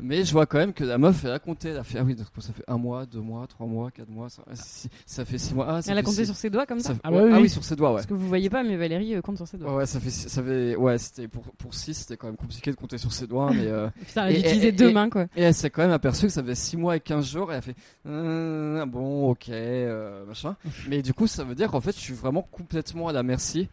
Speaker 3: Mais je vois quand même que la meuf, elle a compté. Elle a fait, ah oui, donc ça fait un mois, deux mois, trois mois, quatre mois, ça, six- ça fait six mois. Ah, ça
Speaker 1: Elle a
Speaker 3: fait
Speaker 1: compté
Speaker 3: six-
Speaker 1: sur ses doigts comme ça.
Speaker 3: ça-
Speaker 2: Ah
Speaker 3: ouais,
Speaker 2: oui,
Speaker 3: ah
Speaker 2: oui.
Speaker 3: oui, sur ses doigts, ouais.
Speaker 1: Parce que vous voyez pas, mais Valérie euh, compte sur ses doigts.
Speaker 3: Ouais, ouais, ça fait, six- ça fait, ouais, c'était pour, pour 6, c'était quand même compliqué de compter sur ses doigts, mais euh,
Speaker 1: Putain, elle a
Speaker 3: Et-
Speaker 1: dû utiliser
Speaker 3: et-
Speaker 1: deux
Speaker 3: et-
Speaker 1: mains quoi.
Speaker 3: et elle s'est quand même aperçue que ça faisait 6 mois et 15 jours, et elle a fait, euh, bon, ok, euh, machin. Mais du coup, ça veut dire qu'en fait, je suis vraiment complètement à la merci,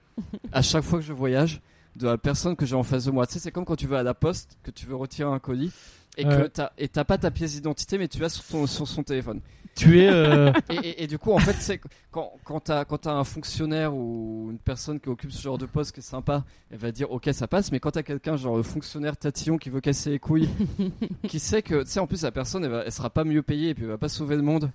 Speaker 3: à chaque fois que je voyage, de la personne que j'ai en face de moi. Tu sais, c'est comme quand tu vas à la poste, que tu veux retirer un colis, et que
Speaker 2: Ouais.
Speaker 3: t'as, et t'as pas ta pièce d'identité, mais tu l'as sur ton, sur son téléphone.
Speaker 2: Tu es.
Speaker 3: (laughs)
Speaker 2: euh,
Speaker 3: et, et- et du coup, en fait, c'est quand, quand t'as quand t'as un fonctionnaire ou une personne qui occupe ce genre de poste qui est sympa, elle va dire ok ça passe. Mais quand t'as quelqu'un genre le fonctionnaire tatillon qui veut casser
Speaker 2: (laughs)
Speaker 3: les couilles, qui sait que tu sais en plus la personne elle, va- elle sera pas mieux payée et puis elle va pas sauver le monde.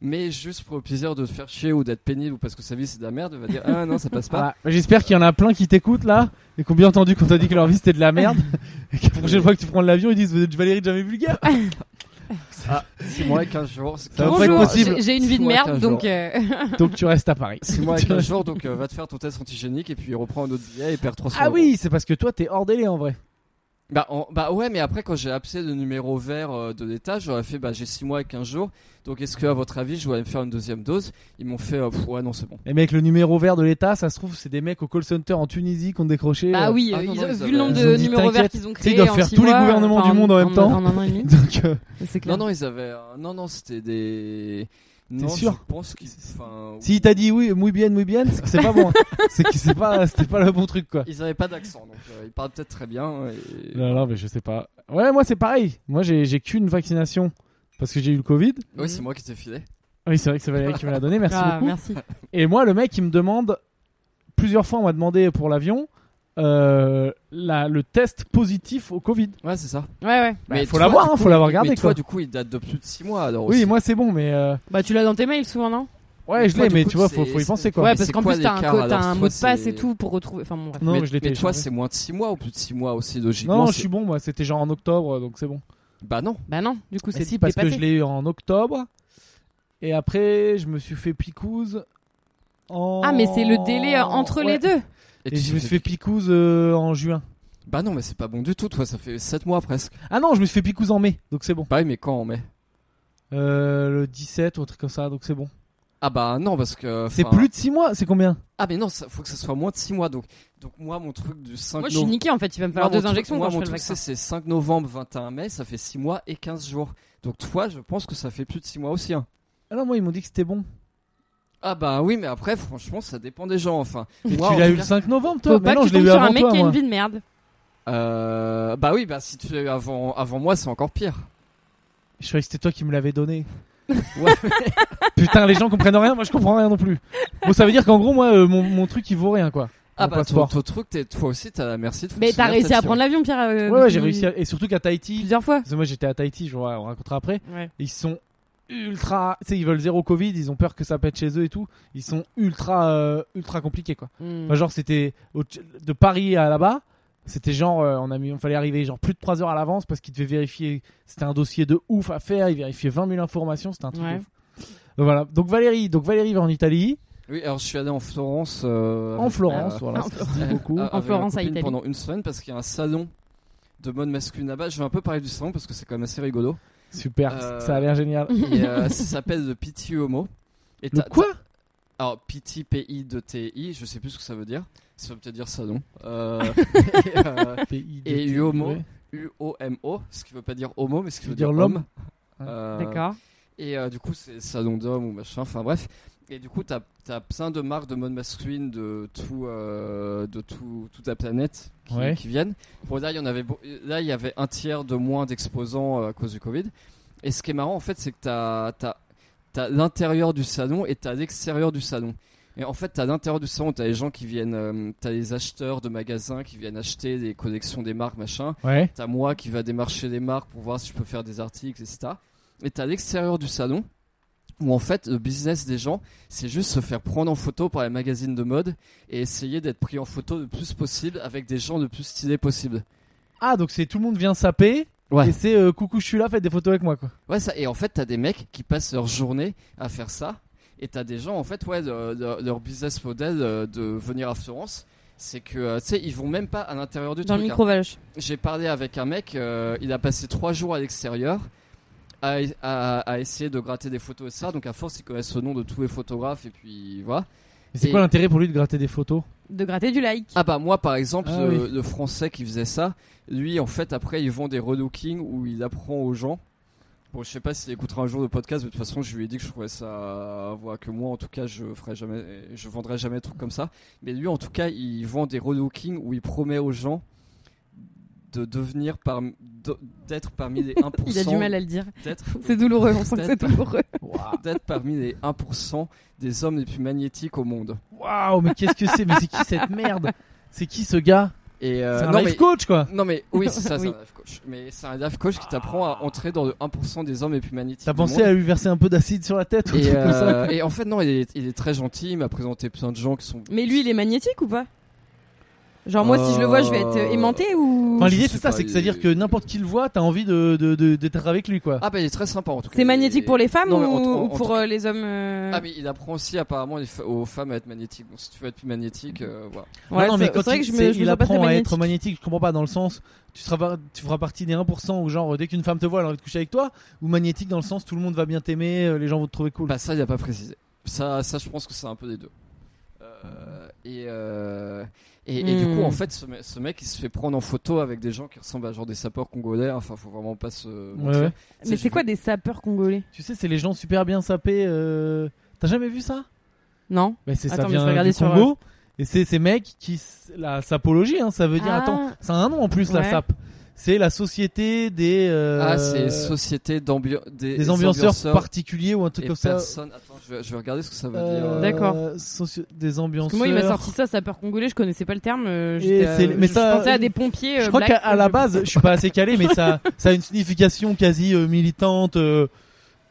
Speaker 3: Mais juste pour le plaisir de se faire chier ou d'être pénible ou parce que sa vie c'est de la merde, elle va dire ah non ça passe pas.
Speaker 2: voilà. J'espère qu'il y en a plein qui t'écoutent là et qui ont bien entendu qu'on t'a dit que leur vie c'était de la
Speaker 3: (laughs)
Speaker 2: merde. et que la prochaine fois que tu prends l'avion, ils disent Vous êtes Valérie de jamais vulgaire.
Speaker 3: Ah, Six mois et 15 jours.
Speaker 2: Ça va pas être
Speaker 1: Bonjour,
Speaker 2: possible.
Speaker 1: j'ai j'ai une vie de
Speaker 3: Six mois,
Speaker 1: merde
Speaker 3: quinze
Speaker 1: donc.
Speaker 3: jours.
Speaker 1: euh,
Speaker 2: Donc tu restes à Paris.
Speaker 3: Six mois et
Speaker 2: (laughs)
Speaker 3: 15 jours, donc euh, va te faire ton test antigénique et puis reprends un autre billet et perds 300
Speaker 2: Ah
Speaker 3: euros.
Speaker 2: oui, c'est parce que toi t'es hors délai en vrai.
Speaker 3: Bah, en- bah ouais, mais après, quand j'ai appelé le numéro vert euh, de l'État, j'aurais fait bah, j'ai 6 mois et 15 jours. Donc, est-ce que, à votre avis, je dois aller me faire une deuxième dose Ils m'ont fait euh, pff, ouais, non, c'est bon.
Speaker 2: Les mecs, le numéro vert de l'État, ça se trouve, c'est des mecs au call center en Tunisie qui ont décroché.
Speaker 1: Bah
Speaker 2: euh,
Speaker 1: oui,
Speaker 3: ah
Speaker 1: euh, ils
Speaker 3: non, non,
Speaker 1: ont-
Speaker 3: ils
Speaker 1: vu
Speaker 3: avaient-
Speaker 1: le
Speaker 2: ils
Speaker 1: nombre
Speaker 2: ont
Speaker 1: de
Speaker 2: dit,
Speaker 1: numéros verts
Speaker 2: t'inquiète,
Speaker 1: qu'ils
Speaker 2: sais,
Speaker 1: ont créés.
Speaker 2: ils doivent
Speaker 1: en
Speaker 2: faire
Speaker 1: six
Speaker 2: tous les
Speaker 1: mois,
Speaker 2: gouvernements
Speaker 1: enfin,
Speaker 2: du monde en même
Speaker 1: un-
Speaker 2: temps.
Speaker 1: En un an et demi,
Speaker 2: Donc, euh,
Speaker 1: c'est clair.
Speaker 3: Non, non, ils avaient. euh, non, non, c'était des. Non,
Speaker 2: sûr
Speaker 3: je pense qu'ils. Enfin,
Speaker 2: s'il t'a dit oui, muy bien, muy bien, c'est que c'est pas
Speaker 3: (laughs)
Speaker 2: bon. hein. c'est que c'est pas, c'était pas le bon truc quoi.
Speaker 3: ils avaient pas d'accent, donc euh, ils parlent peut-être très bien. Et...
Speaker 2: Non, non, mais je sais pas. Ouais, moi c'est pareil. Moi j'ai j'ai qu'une vaccination parce que j'ai eu le Covid. Ah
Speaker 3: Oui, c'est moi qui t'ai filé.
Speaker 2: Oui, c'est vrai que c'est Valérie qui me l'a donné, merci
Speaker 1: Ah,
Speaker 2: beaucoup.
Speaker 1: merci.
Speaker 2: Et moi, le mec, il me demande plusieurs fois, on m'a demandé pour l'avion euh, la- le test positif au Covid.
Speaker 3: Ouais, c'est ça.
Speaker 1: Ouais, ouais.
Speaker 2: Bah, faut
Speaker 3: toi,
Speaker 2: l'avoir,
Speaker 3: du
Speaker 2: hein,
Speaker 3: coup,
Speaker 2: faut l'avoir
Speaker 3: mais
Speaker 2: gardé,
Speaker 3: toi,
Speaker 2: quoi.
Speaker 3: du coup, il date de plus de 6 mois alors
Speaker 2: Oui,
Speaker 3: aussi.
Speaker 2: moi c'est bon, mais euh,
Speaker 1: Bah, tu l'as dans tes mails souvent, non
Speaker 2: ouais, je
Speaker 3: Toi,
Speaker 2: l'ai,
Speaker 3: du
Speaker 2: mais
Speaker 3: coup,
Speaker 2: tu vois,
Speaker 3: c'est-
Speaker 2: faut, faut y
Speaker 3: c'est-
Speaker 2: penser quoi.
Speaker 1: Ouais,
Speaker 3: Mais
Speaker 1: parce
Speaker 3: c'est
Speaker 1: qu'en
Speaker 3: quoi
Speaker 1: plus, t'as un,
Speaker 3: l'écart,
Speaker 1: co- t'as
Speaker 3: alors,
Speaker 1: un
Speaker 3: toi,
Speaker 1: mot de passe
Speaker 3: c'est-
Speaker 1: et tout pour retrouver. Enfin, bon, bref.
Speaker 2: Non,
Speaker 3: mais,
Speaker 2: mais, je l'ai
Speaker 3: mais toi,
Speaker 2: téléchargé.
Speaker 3: c'est moins de 6 mois ou plus de 6 mois aussi, logiquement.
Speaker 2: Non, je
Speaker 3: c'est-
Speaker 2: suis bon, moi c'était genre en octobre, euh, donc c'est bon.
Speaker 3: Bah non.
Speaker 1: Bah, non, du coup,
Speaker 2: Mais
Speaker 1: c'est.
Speaker 2: si, parce que
Speaker 1: dépassé.
Speaker 2: je l'ai eu en octobre. Et après, je me suis fait picouse en.
Speaker 1: Ah, mais c'est le délai euh, entre
Speaker 2: Ouais.
Speaker 1: les deux.
Speaker 2: Et
Speaker 3: Et, tu
Speaker 2: je me suis
Speaker 3: fais-
Speaker 2: fait picouse euh, en juin.
Speaker 3: Bah non, mais c'est pas bon du tout, toi, ça fait 7 mois presque.
Speaker 2: Ah non, je me suis fait picouse en mai, donc c'est bon.
Speaker 3: Pareil, mais quand on met
Speaker 2: Euh, le 17 ou un truc comme ça, donc c'est bon.
Speaker 3: Ah bah non, parce que.
Speaker 2: C'est
Speaker 3: enfin,
Speaker 2: plus de 6 mois, c'est combien
Speaker 3: Ah mais non, ça, faut que ça soit moins de 6 mois. Donc, donc moi, mon truc du 5
Speaker 1: Moi, je suis
Speaker 3: novembre.
Speaker 1: niqué en fait. Il va me falloir
Speaker 3: Moi, mon
Speaker 1: deux
Speaker 3: truc-
Speaker 1: injections
Speaker 3: moi,
Speaker 1: quand je
Speaker 3: mon
Speaker 1: fais le
Speaker 3: truc,
Speaker 1: vaccin.
Speaker 3: c'est c'est 5 novembre, 21 mai, ça fait 6 mois et 15 jours. Donc toi, je pense que ça fait plus de 6 mois aussi. hein.
Speaker 2: Ah non, moi ils m'ont dit que c'était bon.
Speaker 3: Ah bah oui, mais après, franchement, ça dépend des gens, enfin.
Speaker 2: Mais
Speaker 3: Moi,
Speaker 2: tu
Speaker 3: en
Speaker 2: l'as
Speaker 3: tout
Speaker 2: eu le
Speaker 3: cas-
Speaker 2: 5 novembre, toi
Speaker 1: Faut
Speaker 2: Mais
Speaker 1: pas
Speaker 2: non,
Speaker 1: que
Speaker 2: je
Speaker 1: tu
Speaker 2: l'ai
Speaker 1: tombes
Speaker 2: eu
Speaker 1: sur
Speaker 2: avant
Speaker 1: un mec
Speaker 2: toi,
Speaker 1: qui a
Speaker 2: moi.
Speaker 1: une vie de merde.
Speaker 3: Euh, bah oui, bah si tu l'as eu avant, avant moi, c'est encore pire.
Speaker 2: Je croyais que c'était toi qui me l'avais donné.
Speaker 3: (laughs)
Speaker 2: (laughs)
Speaker 3: Ouais.
Speaker 2: Putain, les gens comprennent rien, moi je comprends rien non plus. Bon, ça veut dire qu'en gros, moi, euh, mon, mon truc il vaut rien quoi.
Speaker 3: (laughs) Ah
Speaker 2: Mon
Speaker 3: bah ton,
Speaker 2: passeport.
Speaker 3: ton truc, t'es- toi aussi, t'as la merci de
Speaker 1: Mais t'as
Speaker 3: fonctionnaire,
Speaker 1: réussi à
Speaker 3: t'as-
Speaker 1: prendre l'avion, Pierre. euh,
Speaker 2: Ouais, ouais, j'ai
Speaker 1: depuis
Speaker 2: réussi. à- Et surtout qu'à Tahiti,
Speaker 1: Plusieurs fois.
Speaker 2: parce que moi j'étais à Tahiti, je vois, on racontera après.
Speaker 1: Ouais.
Speaker 2: Ils sont ultra. Tu sais, ils veulent zéro Covid, ils ont peur que ça pète chez eux et tout. Ils sont ultra, euh, ultra compliqués quoi.
Speaker 1: Mm.
Speaker 2: Moi, genre, c'était au- de Paris à là-bas. C'était genre, euh, on a mis, on fallait arriver genre plus de 3 heures à l'avance parce qu'ils devaient vérifier. C'était un dossier de ouf à faire. Ils vérifiaient 20 000 informations. C'était un truc.
Speaker 1: Ouais.
Speaker 2: de ouf. Donc voilà. Donc Valérie, donc Valérie va en Italie,
Speaker 3: Oui, alors je suis allé en Florence. euh,
Speaker 2: en
Speaker 3: avec-
Speaker 2: Florence,
Speaker 3: euh,
Speaker 2: voilà,
Speaker 1: en
Speaker 2: ça se dit beaucoup.
Speaker 3: euh, avec ma
Speaker 1: Florence, à
Speaker 3: copine
Speaker 1: Italie.
Speaker 3: Pendant une semaine parce qu'il y a un salon de mode masculine là-bas. Je vais un peu parler du salon parce que c'est quand même assez
Speaker 1: (laughs)
Speaker 3: rigolo.
Speaker 2: Super,
Speaker 3: Euh,
Speaker 2: ça a l'air génial.
Speaker 3: Et, euh, ça s'appelle The Pity Homo. Et
Speaker 2: Le
Speaker 3: t'as-
Speaker 2: quoi
Speaker 3: t'as- Alors Pity P I de T I, je sais plus ce que ça veut dire. Ça veut peut-être
Speaker 2: (laughs)
Speaker 3: dire salon. Euh, et, euh, et
Speaker 2: Ouais.
Speaker 3: Uomo, U O M O, ce qui veut pas dire homo, mais ce qui
Speaker 2: veut
Speaker 3: veut
Speaker 2: dire
Speaker 3: dire
Speaker 2: l'homme.
Speaker 3: homme. Euh,
Speaker 1: D'accord.
Speaker 3: Et euh, du coup, c'est salon d'homme ou machin, enfin bref. Et du coup, t'as as plein de marques de mode masculine de, tout, euh, de tout, toute la planète qui,
Speaker 2: Ouais.
Speaker 3: qui viennent. Bon, là, il y en avait beau- là, il y avait un tiers de moins d'exposants euh, à cause du Covid. Et ce qui est marrant, en fait, c'est que t'as as, l'intérieur du salon et t'as l'extérieur du salon. Et en fait, t'as l'intérieur du salon, t'as les gens qui viennent, euh, t'as les acheteurs de magasins qui viennent acheter des collections des marques, machin.
Speaker 2: Ouais.
Speaker 3: T'as moi qui va démarcher les marques pour voir si je peux faire des articles, etc. Et t'as l'extérieur du salon où en fait le business des gens, c'est juste se faire prendre en photo par les magazines de mode et essayer d'être pris en photo le plus possible avec des gens le plus stylés possible.
Speaker 2: Ah donc c'est tout le monde vient saper.
Speaker 3: Ouais.
Speaker 2: Et c'est euh, coucou, je suis là, faites des photos avec moi quoi.
Speaker 3: Ouais, ça. Et en fait, t'as des mecs qui passent leur journée à faire ça. Et t'as des gens, en fait, ouais, de- de- leur business model euh, de venir à Florence, c'est que euh, tu sais ils vont même pas à l'intérieur du
Speaker 1: Dans le
Speaker 3: truc. hein.
Speaker 1: micro-vache.
Speaker 3: J'ai parlé avec un mec, euh, il a passé trois jours à l'extérieur à, à- à essayer de gratter des photos et ça. Donc à force, il connaît ce nom de tous les photographes et puis voilà.
Speaker 2: Mais c'est
Speaker 3: Et-
Speaker 2: quoi l'intérêt pour lui de gratter des photos
Speaker 1: De gratter du like.
Speaker 3: Ah bah moi par exemple,
Speaker 2: Ah
Speaker 3: le, le français qui faisait ça, lui en fait après ils vend des relooking où il apprend aux gens. Bon je sais pas s'il écoutera un jour le podcast, mais de toute façon je lui ai dit que je trouvais ça, voilà, que moi en tout cas je ferai jamais, je vendrai jamais de trucs comme ça. Mais lui en tout cas il vend des relooking où il promet aux gens de devenir par, de- d'être
Speaker 1: (laughs)
Speaker 3: parmi les 1%.
Speaker 1: Il a du mal à le dire.
Speaker 3: d'être-
Speaker 1: (laughs) C'est douloureux, on sent que c'est douloureux.
Speaker 3: d'être parmi les 1% des hommes les plus magnétiques au monde.
Speaker 2: Waouh, mais qu'est-ce que c'est Mais c'est qui cette merde C'est qui ce gars
Speaker 3: Et euh,
Speaker 2: C'est un
Speaker 3: non,
Speaker 2: life
Speaker 3: mais-
Speaker 2: coach quoi
Speaker 3: Non mais oui c'est ça, c'est
Speaker 1: Oui.
Speaker 3: un life coach. Mais c'est un life coach qui t'apprend à entrer dans le 1% des hommes les plus magnétiques.
Speaker 2: T'as
Speaker 3: du
Speaker 2: pensé
Speaker 3: monde.
Speaker 2: à lui verser un peu d'acide sur la tête ou un
Speaker 3: et,
Speaker 2: truc comme ça
Speaker 3: euh, et en fait non il est, il est très gentil, il m'a présenté plein de gens qui sont...
Speaker 1: Mais lui, il est magnétique ou pas Genre, moi, si je le vois, je vais être
Speaker 3: Euh,
Speaker 1: aimanté ou.
Speaker 2: Enfin,
Speaker 3: je
Speaker 2: l'idée
Speaker 3: sais
Speaker 2: c'est ça,
Speaker 3: pas,
Speaker 2: c'est que
Speaker 3: il-
Speaker 2: c'est-à-dire que n'importe qui le voit, t'as envie de, de, de- d'être avec lui quoi.
Speaker 3: Ah bah il est très sympa en tout cas.
Speaker 1: C'est magnétique pour les femmes
Speaker 3: Non, mais
Speaker 1: ou,
Speaker 3: en tout- en-
Speaker 1: ou
Speaker 3: en
Speaker 1: pour
Speaker 3: tout-
Speaker 1: euh, les hommes euh,
Speaker 3: Ah mais il apprend aussi apparemment les fe- aux femmes à être magnétiques. Donc si tu veux être plus magnétique, euh, voilà.
Speaker 1: voilà,
Speaker 2: non, non,
Speaker 1: c'est-
Speaker 2: mais quand
Speaker 1: c'est vrai
Speaker 2: il,
Speaker 1: que je me,
Speaker 2: c'est-
Speaker 1: je me
Speaker 2: il
Speaker 1: sens pas très
Speaker 2: apprend à
Speaker 1: magnétique.
Speaker 2: être magnétique, je comprends pas dans le sens, tu seras pas- tu feras partie des 1% où genre dès qu'une femme te voit, elle a envie de coucher avec toi, ou magnétique dans le sens tout le monde va bien t'aimer, euh, les gens vont te trouver cool.
Speaker 3: Bah ça il a pas précisé. Ça, ça je pense que c'est un peu des deux. Euh, et, euh, et, et du
Speaker 1: Hmm.
Speaker 3: coup en fait ce, me- ce mec il se fait prendre en photo avec des gens qui ressemblent à genre des sapeurs congolais. Enfin faut vraiment pas se mentir.
Speaker 2: ouais.
Speaker 3: Tu sais,
Speaker 1: Mais
Speaker 3: j'ai
Speaker 1: c'est quoi
Speaker 3: vu-
Speaker 1: des sapeurs congolais
Speaker 2: euh, Tu sais, c'est les gens super bien sapés. euh, T'as jamais vu ça
Speaker 1: Non
Speaker 2: Mais c'est ça
Speaker 1: Attends, mais je
Speaker 2: vient
Speaker 1: vais regarder
Speaker 2: du
Speaker 1: sur,
Speaker 2: Congo. Et c'est ces mecs qui s- la sapologie, hein, ça veut dire
Speaker 1: Ah.
Speaker 2: attends, ça a un nom en plus la
Speaker 1: Ouais.
Speaker 2: sap. C'est la société des euh,
Speaker 3: Ah c'est société d'ambiance des,
Speaker 2: des ambianceurs particuliers ou un truc
Speaker 3: et
Speaker 2: comme ça.
Speaker 3: personne. Attends je vais, je vais regarder ce que ça veut
Speaker 2: Euh,
Speaker 3: dire.
Speaker 1: D'accord.
Speaker 2: socio- Des
Speaker 1: Parce
Speaker 2: ambianceurs.
Speaker 1: que moi, il m'a sorti ça, sapeur congolais, je connaissais pas le terme. euh,
Speaker 2: Et
Speaker 1: j'étais, euh,
Speaker 2: c'est- mais
Speaker 1: je
Speaker 2: ça-
Speaker 1: pensais à des pompiers.
Speaker 2: je
Speaker 1: euh,
Speaker 2: crois
Speaker 1: blacks,
Speaker 2: qu'à à la
Speaker 1: comme je-
Speaker 2: base, je suis pas assez calé, mais
Speaker 1: (laughs)
Speaker 2: ça, ça a une signification quasi euh, militante, euh,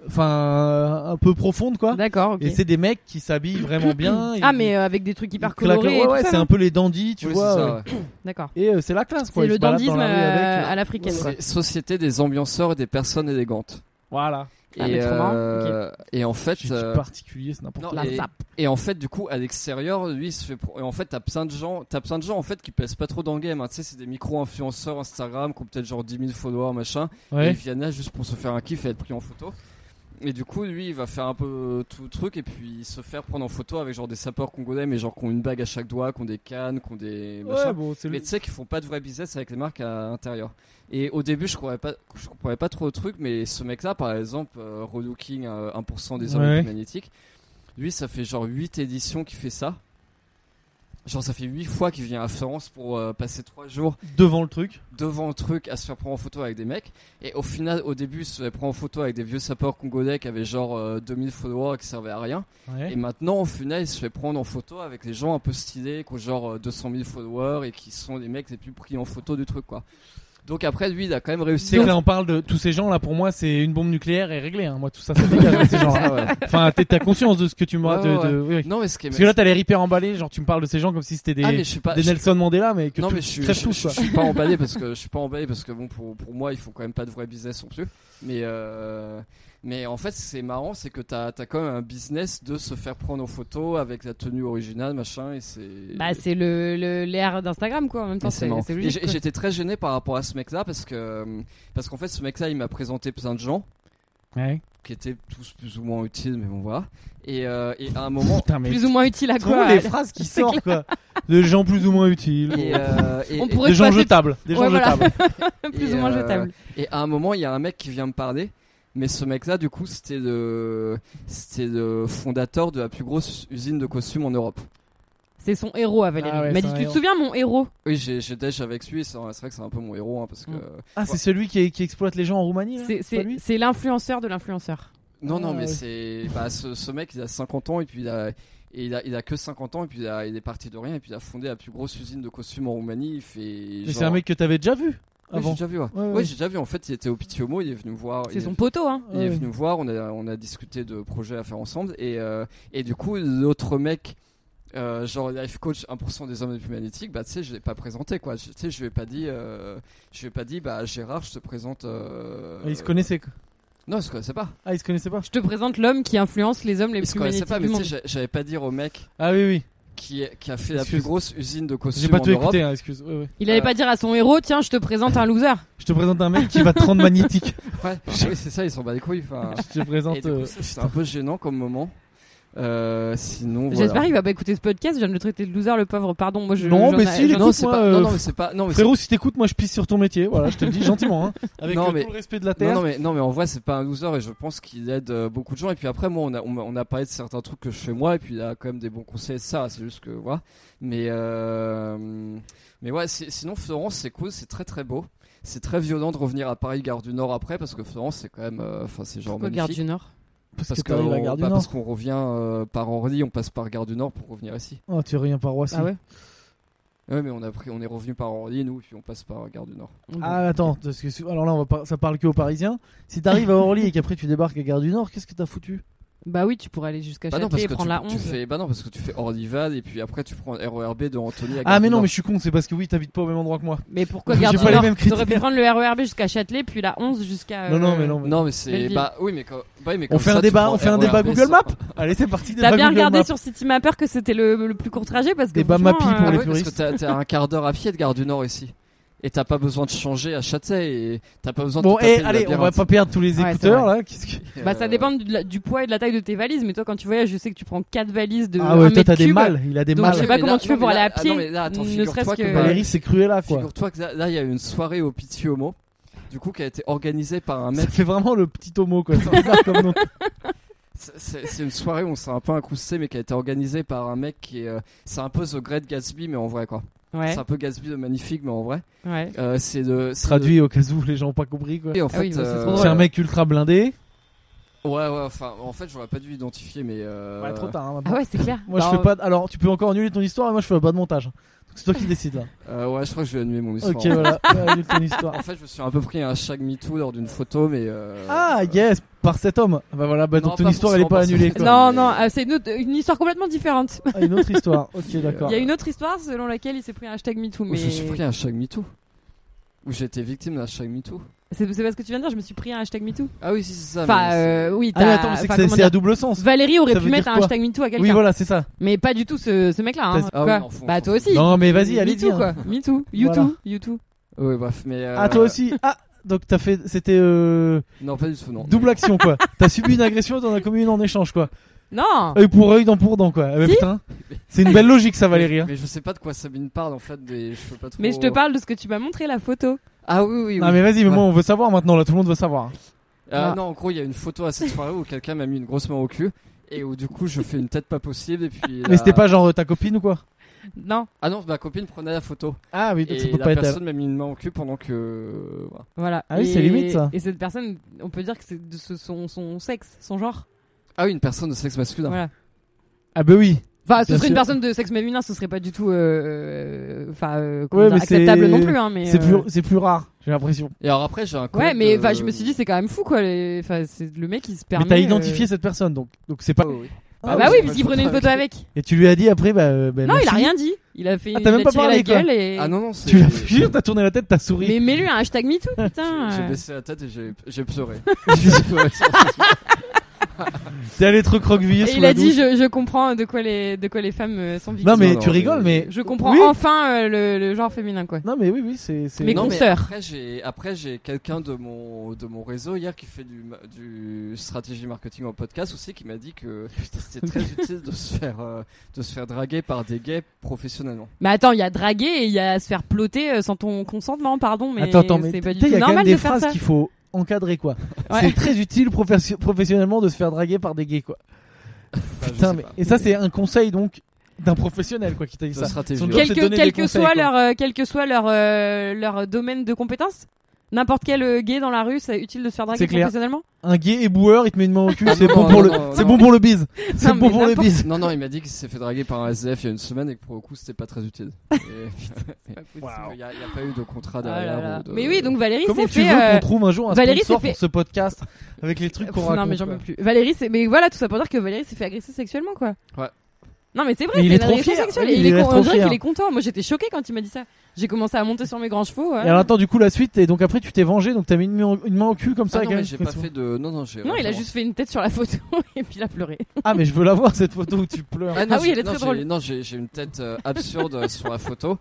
Speaker 2: enfin euh, un peu profonde quoi.
Speaker 1: D'accord, ok.
Speaker 2: Et c'est des mecs qui s'habillent vraiment bien.
Speaker 1: (clears throat) Ah,
Speaker 2: ils-
Speaker 1: mais euh, avec des trucs hyper
Speaker 2: ils claquent-
Speaker 1: colorés. et
Speaker 2: ouais,
Speaker 1: tout
Speaker 2: ouais,
Speaker 1: ça,
Speaker 2: c'est
Speaker 1: non
Speaker 2: un peu les dandys, tu
Speaker 3: Oui, c'est
Speaker 2: vois.
Speaker 3: ça,
Speaker 2: euh,
Speaker 3: ouais.
Speaker 1: D'accord.
Speaker 2: Et euh, c'est la classe quoi.
Speaker 1: C'est
Speaker 2: ils
Speaker 1: le
Speaker 2: se baladent dans
Speaker 1: dandisme
Speaker 2: la rue avec,
Speaker 1: euh,
Speaker 2: là.
Speaker 1: à l'africaine. quoi.
Speaker 3: C'est société des ambianceurs et des personnes élégantes.
Speaker 2: Voilà.
Speaker 1: Ah,
Speaker 3: et,
Speaker 1: mais trop marrant,
Speaker 3: euh, et en fait
Speaker 2: J'ai dit
Speaker 3: euh,
Speaker 2: particulier, c'est n'importe
Speaker 3: non,
Speaker 2: quoi.
Speaker 1: La
Speaker 3: et-
Speaker 1: sape.
Speaker 3: Et en fait, du coup, à l'extérieur, lui, il se fait. pro- Et en fait, t'as plein de gens, t'as plein de gens en fait qui pèsent pas trop dans le game. hein. Tu sais, c'est des micro-influenceurs Instagram qui ont peut-être genre 10 000 followers, machin. Et
Speaker 2: Ouais.
Speaker 3: ils viennent là juste pour se faire un kiff et être pris en photo. Et du coup, lui, il va faire un peu tout le truc et puis se faire prendre en photo avec genre des sapeurs congolais, mais genre qui ont une bague à chaque doigt, qui ont des cannes, qui ont des machins.
Speaker 2: Ouais, bon, c'est
Speaker 3: Mais
Speaker 2: le-
Speaker 3: tu sais qu'ils font pas de vrai business avec les marques à l'intérieur. Et au début, je comprenais pas, je comprenais pas trop le truc, mais ce mec-là, par exemple, euh, Relooking, euh, 1% des hommes
Speaker 2: Ouais.
Speaker 3: les plus magnétiques, lui, ça fait genre 8 éditions qu'il fait ça. Genre, ça fait 8 fois qu'il vient à Florence pour euh, passer 3 jours
Speaker 2: devant le truc.
Speaker 3: devant le truc à se faire prendre en photo avec des mecs. Et au final, au début, il se fait prendre en photo avec des vieux sapeurs congolais qui avaient genre euh, 2000 followers et qui servaient à rien. Et maintenant, au final, il se fait prendre en photo avec les gens un peu stylés, qui ont genre euh, 200 000 followers et qui sont les mecs les plus pris en photo du truc, quoi. Donc après, lui, il a quand même réussi.
Speaker 2: C'est que là on parle de tous ces gens là pour moi c'est une bombe nucléaire et réglé hein. moi tout ça ça dégage
Speaker 1: (laughs)
Speaker 2: hein, ces gens là.
Speaker 3: Ah ouais.
Speaker 2: Enfin t'es- t'as conscience de ce que tu m'as
Speaker 3: Ouais,
Speaker 2: de,
Speaker 3: ouais,
Speaker 2: de- oui, oui.
Speaker 3: Non, mais ce qui est.
Speaker 2: Parce que là t'as l'air hyper emballé genre tu me parles de ces gens comme si c'était des,
Speaker 3: ah, mais je suis pas.
Speaker 2: des
Speaker 3: je-
Speaker 2: Nelson Mandela mais que
Speaker 3: Non,
Speaker 2: tout-
Speaker 3: mais je suis, je,
Speaker 2: crève tous,
Speaker 3: je-
Speaker 2: quoi.
Speaker 3: je suis
Speaker 2: (laughs)
Speaker 3: pas emballé parce que je suis pas emballé parce que bon, pour, pour moi, ils font quand même pas de vrai business non plus. Mais euh, mais en fait, c'est marrant, c'est que t'as as quand même un business de se faire prendre en photo avec la tenue originale, machin, et c'est.
Speaker 1: Bah, c'est le le- l'air d'Instagram, quoi. En même temps, c'est
Speaker 3: Forcément.
Speaker 1: c'est
Speaker 3: Et
Speaker 1: logique,
Speaker 3: j'ai-
Speaker 1: quoi.
Speaker 3: J'étais très gêné par rapport à ce mec-là parce que parce qu'en fait ce mec-là il m'a présenté plein de gens
Speaker 2: Ouais.
Speaker 3: qui étaient tous plus ou moins utiles mais bon voilà et, euh, et à
Speaker 1: (laughs)
Speaker 3: un moment
Speaker 2: Putain mais
Speaker 1: Plus ou moins utile à
Speaker 2: trop
Speaker 1: quoi
Speaker 2: les phrases
Speaker 3: (laughs)
Speaker 2: qui sortent quoi. De gens plus ou moins utiles.
Speaker 3: et, euh, et-
Speaker 1: On
Speaker 3: et-
Speaker 1: pourrait
Speaker 2: Des gens
Speaker 1: passer-
Speaker 2: jetables, des gens
Speaker 1: Ouais, voilà.
Speaker 3: (laughs)
Speaker 2: jetables.
Speaker 1: Plus
Speaker 3: et,
Speaker 1: ou moins
Speaker 3: euh,
Speaker 1: jetable.
Speaker 3: et à un moment il y a un mec qui vient me parler mais ce mec-là du coup c'était le c'était le fondateur de la plus grosse usine de costumes en Europe
Speaker 1: C'est son héros à Valérie.
Speaker 2: Ah ouais,
Speaker 1: Il m'a
Speaker 2: c'est
Speaker 1: dit
Speaker 2: un
Speaker 1: Tu te
Speaker 2: héros.
Speaker 1: souviens mon héros
Speaker 3: oui j'ai j'ai déj avec lui et c'est c'est vrai que c'est un peu mon héros hein, parce que
Speaker 2: Ah c'est celui qui, qui exploite les gens en Roumanie là
Speaker 1: C'est-
Speaker 2: C'est pas
Speaker 1: C'est
Speaker 2: lui
Speaker 1: c'est l'influenceur de l'influenceur.
Speaker 3: Non, non,
Speaker 2: Ah,
Speaker 3: mais
Speaker 2: ouais.
Speaker 3: c'est. Bah, ce, ce mec, il a 50 ans, et puis il a, et il a, il a que 50 ans, et puis il, a- il est parti de rien, et puis il a fondé la plus grosse usine de costumes en Roumanie. Il fait.
Speaker 2: Mais
Speaker 3: genre-
Speaker 2: c'est un mec que t'avais déjà vu
Speaker 3: Oui, j'ai
Speaker 2: avant.
Speaker 3: déjà vu, ouais.
Speaker 2: Ouais, ouais.
Speaker 3: Ouais, j'ai déjà vu, en fait, il était au Pitiomo, il est venu me voir.
Speaker 1: C'est
Speaker 3: il est-
Speaker 1: son poteau, hein.
Speaker 3: il
Speaker 2: Ouais.
Speaker 3: est venu me voir, on a, on a discuté de projets à faire ensemble. Et, euh, et du coup, l'autre mec, euh, genre life coach 1% des hommes les plus magnétiques, bah, tu sais, je l'ai pas présenté quoi. Je- Tu sais, je lui ai pas dit, euh, je lui ai pas dit, bah Gérard, je te présente. euh,
Speaker 2: Ah, Il se connaissait quoi.
Speaker 3: Non, il se connaissait pas.
Speaker 2: Ah il se connaissait pas.
Speaker 1: Je te présente l'homme qui influence les hommes les
Speaker 3: Il se
Speaker 1: plus
Speaker 3: connaissait
Speaker 1: magnétiques
Speaker 3: pas,
Speaker 1: du
Speaker 3: mais tu
Speaker 1: monde.
Speaker 3: sais, j'a- j'avais pas dire au mec.
Speaker 2: Ah oui oui.
Speaker 3: qui, est- qui a fait la
Speaker 2: Excuse.
Speaker 3: plus grosse usine de
Speaker 2: J'ai
Speaker 3: costumes
Speaker 2: pas
Speaker 3: en
Speaker 2: tout
Speaker 3: Europe.
Speaker 2: écouté, hein, excuse. Ouais, ouais.
Speaker 1: Il allait
Speaker 3: Euh,
Speaker 1: pas dire à son héros, tiens, je te présente un loser.
Speaker 2: Je te présente un mec qui va te
Speaker 3: (laughs)
Speaker 2: rendre magnétique.
Speaker 3: Ouais, bah oui, c'est ça, ils s'en bat les couilles. enfin.
Speaker 2: (laughs) Je te présente.
Speaker 3: Et du
Speaker 2: euh,
Speaker 3: coup, ça, c'est un peu gênant comme moment. Euh, sinon,
Speaker 1: J'espère
Speaker 3: voilà.
Speaker 1: qu'il va pas écouter ce podcast, je viens de le traiter de loser, le pauvre, pardon. Moi, je,
Speaker 2: Non,
Speaker 1: j'en
Speaker 2: mais
Speaker 1: ai-
Speaker 2: si, il
Speaker 1: j'en ai-
Speaker 2: écoute,
Speaker 3: Non, c'est
Speaker 2: moi,
Speaker 3: pas.
Speaker 2: euh,
Speaker 3: Non, non, mais c'est pas. Non, mais c'est-
Speaker 2: Frérot, si t'écoutes, moi je pisse sur ton métier. Voilà, je te le dis gentiment, hein,
Speaker 3: (laughs)
Speaker 2: avec
Speaker 3: Non,
Speaker 2: euh,
Speaker 3: mais-
Speaker 2: tout le respect de la
Speaker 3: Non,
Speaker 2: terre.
Speaker 3: non, mais, non, mais en vrai, c'est pas un loser et je pense qu'il aide euh, beaucoup de gens. Et puis après, moi, on a, on, m'a- on a parlé de certains trucs que je fais moi, et puis il a quand même des bons conseils, ça, c'est juste que, voilà. Mais, euh, mais ouais, c'est- sinon, Florence, c'est cool, c'est très très beau. C'est très violent de revenir à Paris, Gare du Nord après, parce que Florence, c'est quand même, euh, enfin, c'est genre
Speaker 1: Pourquoi Garde
Speaker 3: magnifique.
Speaker 1: du Nord
Speaker 2: parce que
Speaker 3: que
Speaker 2: t'arrives à
Speaker 3: on-
Speaker 2: Gare du
Speaker 3: bah,
Speaker 2: Nord.
Speaker 3: parce qu'on revient euh, par Orly, on passe par Gare du Nord pour revenir ici.
Speaker 2: Oh, tu reviens par Roissy.
Speaker 1: Ah ouais
Speaker 3: Ouais, mais on a pris, on est revenu par Orly, nous, puis on passe par Gare du Nord.
Speaker 2: Ah, attends, parce que si- alors là, on va par- ça parle que aux Parisiens. Si t'arrives à Orly et qu'après tu débarques à Gare du Nord, qu'est-ce que t'as foutu
Speaker 1: Bah oui, tu pourrais aller jusqu'à
Speaker 3: Bah non,
Speaker 1: Châtelet
Speaker 3: parce
Speaker 1: et
Speaker 3: que
Speaker 1: prendre
Speaker 3: tu,
Speaker 1: la
Speaker 3: tu
Speaker 1: 11.
Speaker 3: fais, bah non, parce que tu fais Orlyval et puis après tu prends RERB de Anthony. À
Speaker 2: Ah,
Speaker 3: Gare
Speaker 2: mais
Speaker 3: du
Speaker 2: non,
Speaker 3: Nord.
Speaker 2: mais je suis con, c'est parce que oui, t'habites pas au même endroit que moi.
Speaker 1: Mais pourquoi
Speaker 2: J'ai
Speaker 1: Gare du
Speaker 2: pas les
Speaker 1: Nord
Speaker 2: mêmes
Speaker 1: T'aurais pu
Speaker 2: critères.
Speaker 1: prendre le RERB jusqu'à Châtelet, puis la 11 jusqu'à.
Speaker 2: Non, non,
Speaker 1: euh,
Speaker 2: mais non. mais-
Speaker 3: Non, mais c'est.
Speaker 1: Belleville.
Speaker 3: Bah oui, mais quand. bah oui, mais
Speaker 2: On
Speaker 3: comme
Speaker 2: fait
Speaker 3: ça,
Speaker 2: un
Speaker 3: tu
Speaker 2: débat,
Speaker 3: prends
Speaker 2: on fait un
Speaker 3: RERB,
Speaker 2: débat Google
Speaker 3: ça-
Speaker 2: Maps. Allez, c'est parti.
Speaker 1: T'as
Speaker 2: débat
Speaker 1: bien
Speaker 2: Google
Speaker 1: regardé
Speaker 2: Maps.
Speaker 1: sur City Mapper que c'était le, le plus court trajet parce que.
Speaker 2: Débat
Speaker 1: franchement, euh,
Speaker 2: Mappy pour
Speaker 3: Ah
Speaker 2: les
Speaker 3: oui, parce que
Speaker 2: puristes.
Speaker 3: t'as t'as un quart d'heure à pied de Gare du Nord ici. Et t'as pas besoin de changer à Châtelet et t'as pas besoin de.
Speaker 2: Bon,
Speaker 3: te taper
Speaker 2: et
Speaker 3: le
Speaker 2: allez, on va
Speaker 3: labyrinthe.
Speaker 2: pas perdre tous les
Speaker 1: Ouais, c'est
Speaker 2: écouteurs là. Qu'est-ce que
Speaker 1: Bah ça dépend du, de la- du poids et de la taille de tes valises, mais toi quand tu voyages, je sais que tu prends 4 valises de
Speaker 2: Ah
Speaker 1: 1
Speaker 2: ouais, toi
Speaker 1: mètre
Speaker 2: t'as des
Speaker 1: cube.
Speaker 2: mâles, il a des
Speaker 1: Donc,
Speaker 3: Ah,
Speaker 1: je
Speaker 2: mâles.
Speaker 1: sais
Speaker 3: mais
Speaker 1: pas comment
Speaker 3: là-
Speaker 1: tu fais
Speaker 3: non,
Speaker 1: pour
Speaker 3: mais
Speaker 1: aller
Speaker 3: là-
Speaker 1: à pied,
Speaker 3: ah non, mais là, attends,
Speaker 1: ne
Speaker 3: figure-toi
Speaker 1: serait-ce que-
Speaker 3: bah,
Speaker 2: Valérie, c'est cruel là quoi.
Speaker 3: Figure-toi que là, là, il y a eu une soirée au Pitié Homo, du coup, qui a été organisée par un
Speaker 2: Ça
Speaker 3: mec.
Speaker 2: fait Ah, vraiment le petit homo quoi. C'est bizarre comme nom.
Speaker 3: C'est- C'est c'est une soirée où on s'est un peu incrusté, mais qui a été organisée par un mec qui est. euh, C'est un peu The Great Gatsby, mais en vrai, quoi.
Speaker 1: Ouais,
Speaker 3: C'est un peu Gatsby de magnifique, mais en vrai.
Speaker 1: ouais.
Speaker 3: Euh, c'est de.
Speaker 2: (laughs)
Speaker 3: c'est de-
Speaker 2: Traduit au cas où les gens ont pas compris quoi.
Speaker 3: Et en
Speaker 1: Ah
Speaker 3: fait,
Speaker 1: oui, bah, c'est
Speaker 3: euh,
Speaker 1: trop drôle.
Speaker 2: C'est un mec ultra blindé.
Speaker 3: Ouais, ouais, enfin, en fait, j'aurais pas dû identifier, mais. Euh...
Speaker 2: Ouais, trop tard. hein,
Speaker 1: Ah
Speaker 2: maintenant.
Speaker 1: ouais, c'est clair.
Speaker 2: Moi je
Speaker 1: Bah,
Speaker 2: fais pas. de- Alors tu peux encore annuler ton histoire et moi je fais pas de montage. Donc, C'est toi qui décides là.
Speaker 3: euh, ouais, je crois que je vais annuler mon histoire.
Speaker 2: Ok voilà. Ouais, annule ton
Speaker 3: (laughs)
Speaker 2: histoire.
Speaker 3: En fait, je me suis un peu pris un shag MeToo lors d'une photo, mais. Euh...
Speaker 2: Ah yes, par cet homme. Bah voilà, bah,
Speaker 3: Non,
Speaker 2: donc ton
Speaker 3: pas
Speaker 2: histoire elle est pas
Speaker 3: forcément,
Speaker 2: annulée.
Speaker 3: pas
Speaker 2: quoi.
Speaker 1: Non,
Speaker 3: mais-
Speaker 1: non, euh, c'est une, autre- une histoire complètement différente.
Speaker 2: Ah, une autre histoire. Ok d'accord. Ah,
Speaker 1: Il y a une autre histoire selon laquelle il s'est pris un hashtag MeToo,
Speaker 3: Où
Speaker 1: mais.
Speaker 3: je me suis pris un shag MeToo. Où j'ai été victime d'un shag MeToo.
Speaker 1: C'est c'est pas ce que tu viens de dire, je me suis pris un hashtag MeToo.
Speaker 3: Ah oui, si, c'est ça.
Speaker 1: Enfin,
Speaker 3: mais
Speaker 1: euh, oui,
Speaker 2: Ah mais
Speaker 1: t'as-
Speaker 2: attends, mais c'est que
Speaker 1: enfin,
Speaker 2: c'est-
Speaker 1: comment
Speaker 2: c'est à
Speaker 1: dire,
Speaker 2: double sens.
Speaker 1: Valérie aurait
Speaker 2: Ça
Speaker 1: pu
Speaker 2: veut
Speaker 1: mettre
Speaker 2: dire
Speaker 1: un
Speaker 2: quoi
Speaker 1: hashtag MeToo à quelqu'un.
Speaker 2: Oui voilà, c'est ça.
Speaker 1: Mais pas du tout ce, ce mec-là. hein.
Speaker 3: Ah oui,
Speaker 1: Quoi
Speaker 3: non, faut-
Speaker 1: bah
Speaker 3: faut-
Speaker 1: toi aussi.
Speaker 2: Non mais vas-y, allez
Speaker 1: MeToo
Speaker 2: dire.
Speaker 1: quoi. MeToo. You
Speaker 2: Voilà.
Speaker 1: too. You too.
Speaker 3: c'est- Ouais, bref, mais. euh,
Speaker 2: Ah toi aussi. Ah donc t'as fait, c'était euh,
Speaker 3: Non, pas du tout, non.
Speaker 2: double action quoi. t'as subi une agression et t'en as commis une en échange quoi.
Speaker 1: Non.
Speaker 2: Œil pour œil, dent pour dent quoi. Ah, bah,
Speaker 1: Si.
Speaker 2: putain, c'est une belle logique ça Valérie. hein.
Speaker 3: Mais je sais pas de quoi Sabine parle en fait, mais je peux pas trop.
Speaker 1: Mais je te parle de ce que tu m'as montré la photo.
Speaker 3: Ah oui, oui, oui.
Speaker 2: Non mais vas-y, mais
Speaker 3: Ouais.
Speaker 2: moi on veut savoir maintenant là, tout le monde veut savoir.
Speaker 3: Euh,
Speaker 1: Ah.
Speaker 3: Non, en gros, il y a une photo à cette soirée où quelqu'un m'a mis une grosse main au cul. Et où du coup je fais une tête pas possible et puis.
Speaker 2: Mais
Speaker 3: la-
Speaker 2: c'était pas genre euh, ta copine ou quoi
Speaker 1: Non.
Speaker 3: Ah non, ma copine prenait la photo.
Speaker 2: Ah oui, donc ça
Speaker 3: Et
Speaker 2: peut
Speaker 3: la
Speaker 2: pas être elle.
Speaker 3: personne m'a mis une main au cul pendant que. voilà.
Speaker 1: Voilà.
Speaker 2: Ah oui,
Speaker 1: Et-
Speaker 2: c'est limite, ça.
Speaker 1: Et cette personne, on peut dire que c'est de ce- son, son sexe, son genre.
Speaker 3: Ah oui, une personne de sexe masculin.
Speaker 1: Voilà.
Speaker 2: Ah bah oui.
Speaker 1: Enfin, ce
Speaker 2: Bien
Speaker 1: serait
Speaker 2: sûr.
Speaker 1: une personne de sexe féminin, ce serait pas du tout, euh, enfin, euh, comment
Speaker 2: Ouais,
Speaker 1: dire,
Speaker 2: mais c'est-
Speaker 1: acceptable non plus, hein, mais.
Speaker 2: C'est Euh,
Speaker 1: euh,
Speaker 2: plus, c'est plus rare, j'ai l'impression.
Speaker 3: Et alors après, j'ai un
Speaker 1: Ouais,
Speaker 3: collègue
Speaker 1: mais
Speaker 3: de-
Speaker 1: enfin, je me suis dit, c'est quand même fou, quoi. les- Enfin, c'est le mec qui se permet.
Speaker 2: Mais t'as
Speaker 1: euh,
Speaker 2: identifié cette personne, donc donc c'est pas.
Speaker 3: Ah oui.
Speaker 1: Ah bah
Speaker 3: Ah oui,
Speaker 1: oui,
Speaker 3: c'est
Speaker 1: parce
Speaker 3: pas
Speaker 1: qu'il
Speaker 3: le
Speaker 1: prenait une
Speaker 3: photo
Speaker 1: photo avec.
Speaker 2: Et tu lui as dit après, bah, euh, bah,
Speaker 1: Non, il a
Speaker 2: merci.
Speaker 1: rien dit. Il a fait.
Speaker 2: Ah, t'as
Speaker 1: il a
Speaker 2: même pas
Speaker 1: tiré
Speaker 2: parlé,
Speaker 1: la
Speaker 2: quoi.
Speaker 1: gueule et.
Speaker 3: Ah non, non, c'est.
Speaker 2: Tu l'as fait jure, t'as tourné la tête, t'as souri.
Speaker 1: Mais mets-lui un hashtag MeToo, putain.
Speaker 3: J'ai
Speaker 1: euh.
Speaker 3: baissé la tête et j'ai j'ai pleuré. J'ai pleuré sur ce-
Speaker 2: (laughs) T'es allé te recroqueviller
Speaker 1: Et
Speaker 2: sous
Speaker 1: il
Speaker 2: la
Speaker 1: a dit,
Speaker 2: douche.
Speaker 1: je, je comprends de quoi les, de quoi les femmes euh, sont victimes.
Speaker 2: Non mais
Speaker 3: Non,
Speaker 2: tu
Speaker 3: non,
Speaker 2: rigoles, mais.
Speaker 1: Je comprends
Speaker 2: Oui.
Speaker 1: enfin euh, le, le genre féminin, quoi.
Speaker 2: Non mais oui, oui, c'est. c'est-
Speaker 1: Mais
Speaker 3: non,
Speaker 1: qu'on
Speaker 3: mais
Speaker 1: sort.
Speaker 3: après j'ai après j'ai quelqu'un de mon de mon réseau hier qui fait du ma- du stratégie marketing en podcast aussi qui m'a dit que c'était très utile de se faire euh, de se faire draguer par des gays professionnellement.
Speaker 1: Mais attends, il y a draguer et il y a se faire ploter euh, sans ton consentement, pardon, mais
Speaker 2: Attends, attends, mais
Speaker 1: c'est
Speaker 2: tu
Speaker 1: pas du
Speaker 2: sais, il y
Speaker 1: tout
Speaker 2: a quand même
Speaker 1: normal
Speaker 2: des
Speaker 1: de faire
Speaker 2: phrases
Speaker 1: ça.
Speaker 2: qu'il faut encadrer quoi.
Speaker 1: Ouais.
Speaker 2: C'est très utile professe- professionnellement de se faire draguer par des gays quoi.
Speaker 3: Enfin, je
Speaker 2: Putain,
Speaker 3: sais
Speaker 2: mais...
Speaker 3: pas.
Speaker 2: Et ça c'est un conseil donc d'un professionnel quoi qui t'a dit
Speaker 3: De
Speaker 2: ça.
Speaker 3: stratégie.
Speaker 2: Son
Speaker 3: ouais.
Speaker 2: job,
Speaker 1: Quel
Speaker 2: c'est de
Speaker 1: que,
Speaker 2: donner
Speaker 1: quel
Speaker 2: des
Speaker 1: que
Speaker 2: conseils,
Speaker 1: soit
Speaker 2: quoi.
Speaker 1: leur, euh, quel que soit leur, euh, leur domaine de compétence, n'importe quel euh, gay dans la rue, c'est utile de se faire draguer
Speaker 2: C'est clair.
Speaker 1: professionnellement.
Speaker 2: Un gay éboueur, il te met une main au cul, c'est
Speaker 3: Ah non,
Speaker 2: bon
Speaker 3: non,
Speaker 2: pour le,
Speaker 3: non,
Speaker 2: c'est
Speaker 3: non.
Speaker 2: bon pour le bise. C'est
Speaker 1: mais
Speaker 2: bon pour le
Speaker 1: n'importe-
Speaker 2: bise.
Speaker 3: Non non, il m'a dit qu'il s'est fait draguer par un SDF il y a une semaine et que pour le coup c'était pas très utile.
Speaker 1: (laughs)
Speaker 3: Et- Il y a, il y a pas eu de contrat
Speaker 1: Oh là
Speaker 3: Ah, derrière.
Speaker 1: là.
Speaker 3: ou de-
Speaker 1: Mais oui, donc Valérie
Speaker 2: Comment
Speaker 1: s'est
Speaker 2: tu
Speaker 1: fait.
Speaker 2: veux
Speaker 1: euh,
Speaker 2: qu'on trouve un jour un
Speaker 1: Valérie
Speaker 2: sponsor
Speaker 1: s'est fait-
Speaker 2: pour ce podcast avec les trucs qu'on
Speaker 1: pff,
Speaker 2: raconte
Speaker 1: non mais j'en peux
Speaker 2: quoi.
Speaker 1: plus. Valérie, c'est mais voilà tout ça pour dire que Valérie s'est fait agresser sexuellement quoi.
Speaker 3: Ouais.
Speaker 1: Non mais c'est vrai.
Speaker 2: Mais il
Speaker 1: c'est
Speaker 2: est
Speaker 1: une
Speaker 2: trop
Speaker 1: agression
Speaker 2: fier.
Speaker 1: sexuelle.
Speaker 2: Oui,
Speaker 1: Et
Speaker 2: il
Speaker 1: il est
Speaker 2: a l'air
Speaker 1: con-
Speaker 2: trop
Speaker 1: on dirait
Speaker 2: fier.
Speaker 1: qu'il est content. Moi j'étais choquée quand il m'a dit ça. J'ai commencé à monter sur mes grands chevaux. hein. ouais.
Speaker 2: Et alors attends, du coup la suite et donc après tu t'es vengé donc t'as mis une, main- une main au cul comme ça.
Speaker 3: Ah
Speaker 2: avec
Speaker 3: non, mais
Speaker 2: un-
Speaker 3: j'ai pas fait de. Non, non, j'ai.
Speaker 1: Non, il a
Speaker 3: vraiment-
Speaker 1: juste fait une tête sur la photo (laughs) et puis il a pleuré.
Speaker 2: Ah mais je veux la voir cette photo où tu pleures.
Speaker 1: Ah oui,
Speaker 3: j'ai-
Speaker 1: elle est très
Speaker 3: j'ai-
Speaker 1: drôle.
Speaker 3: Non, j'ai j'ai une tête euh, absurde (laughs) euh, sur la photo.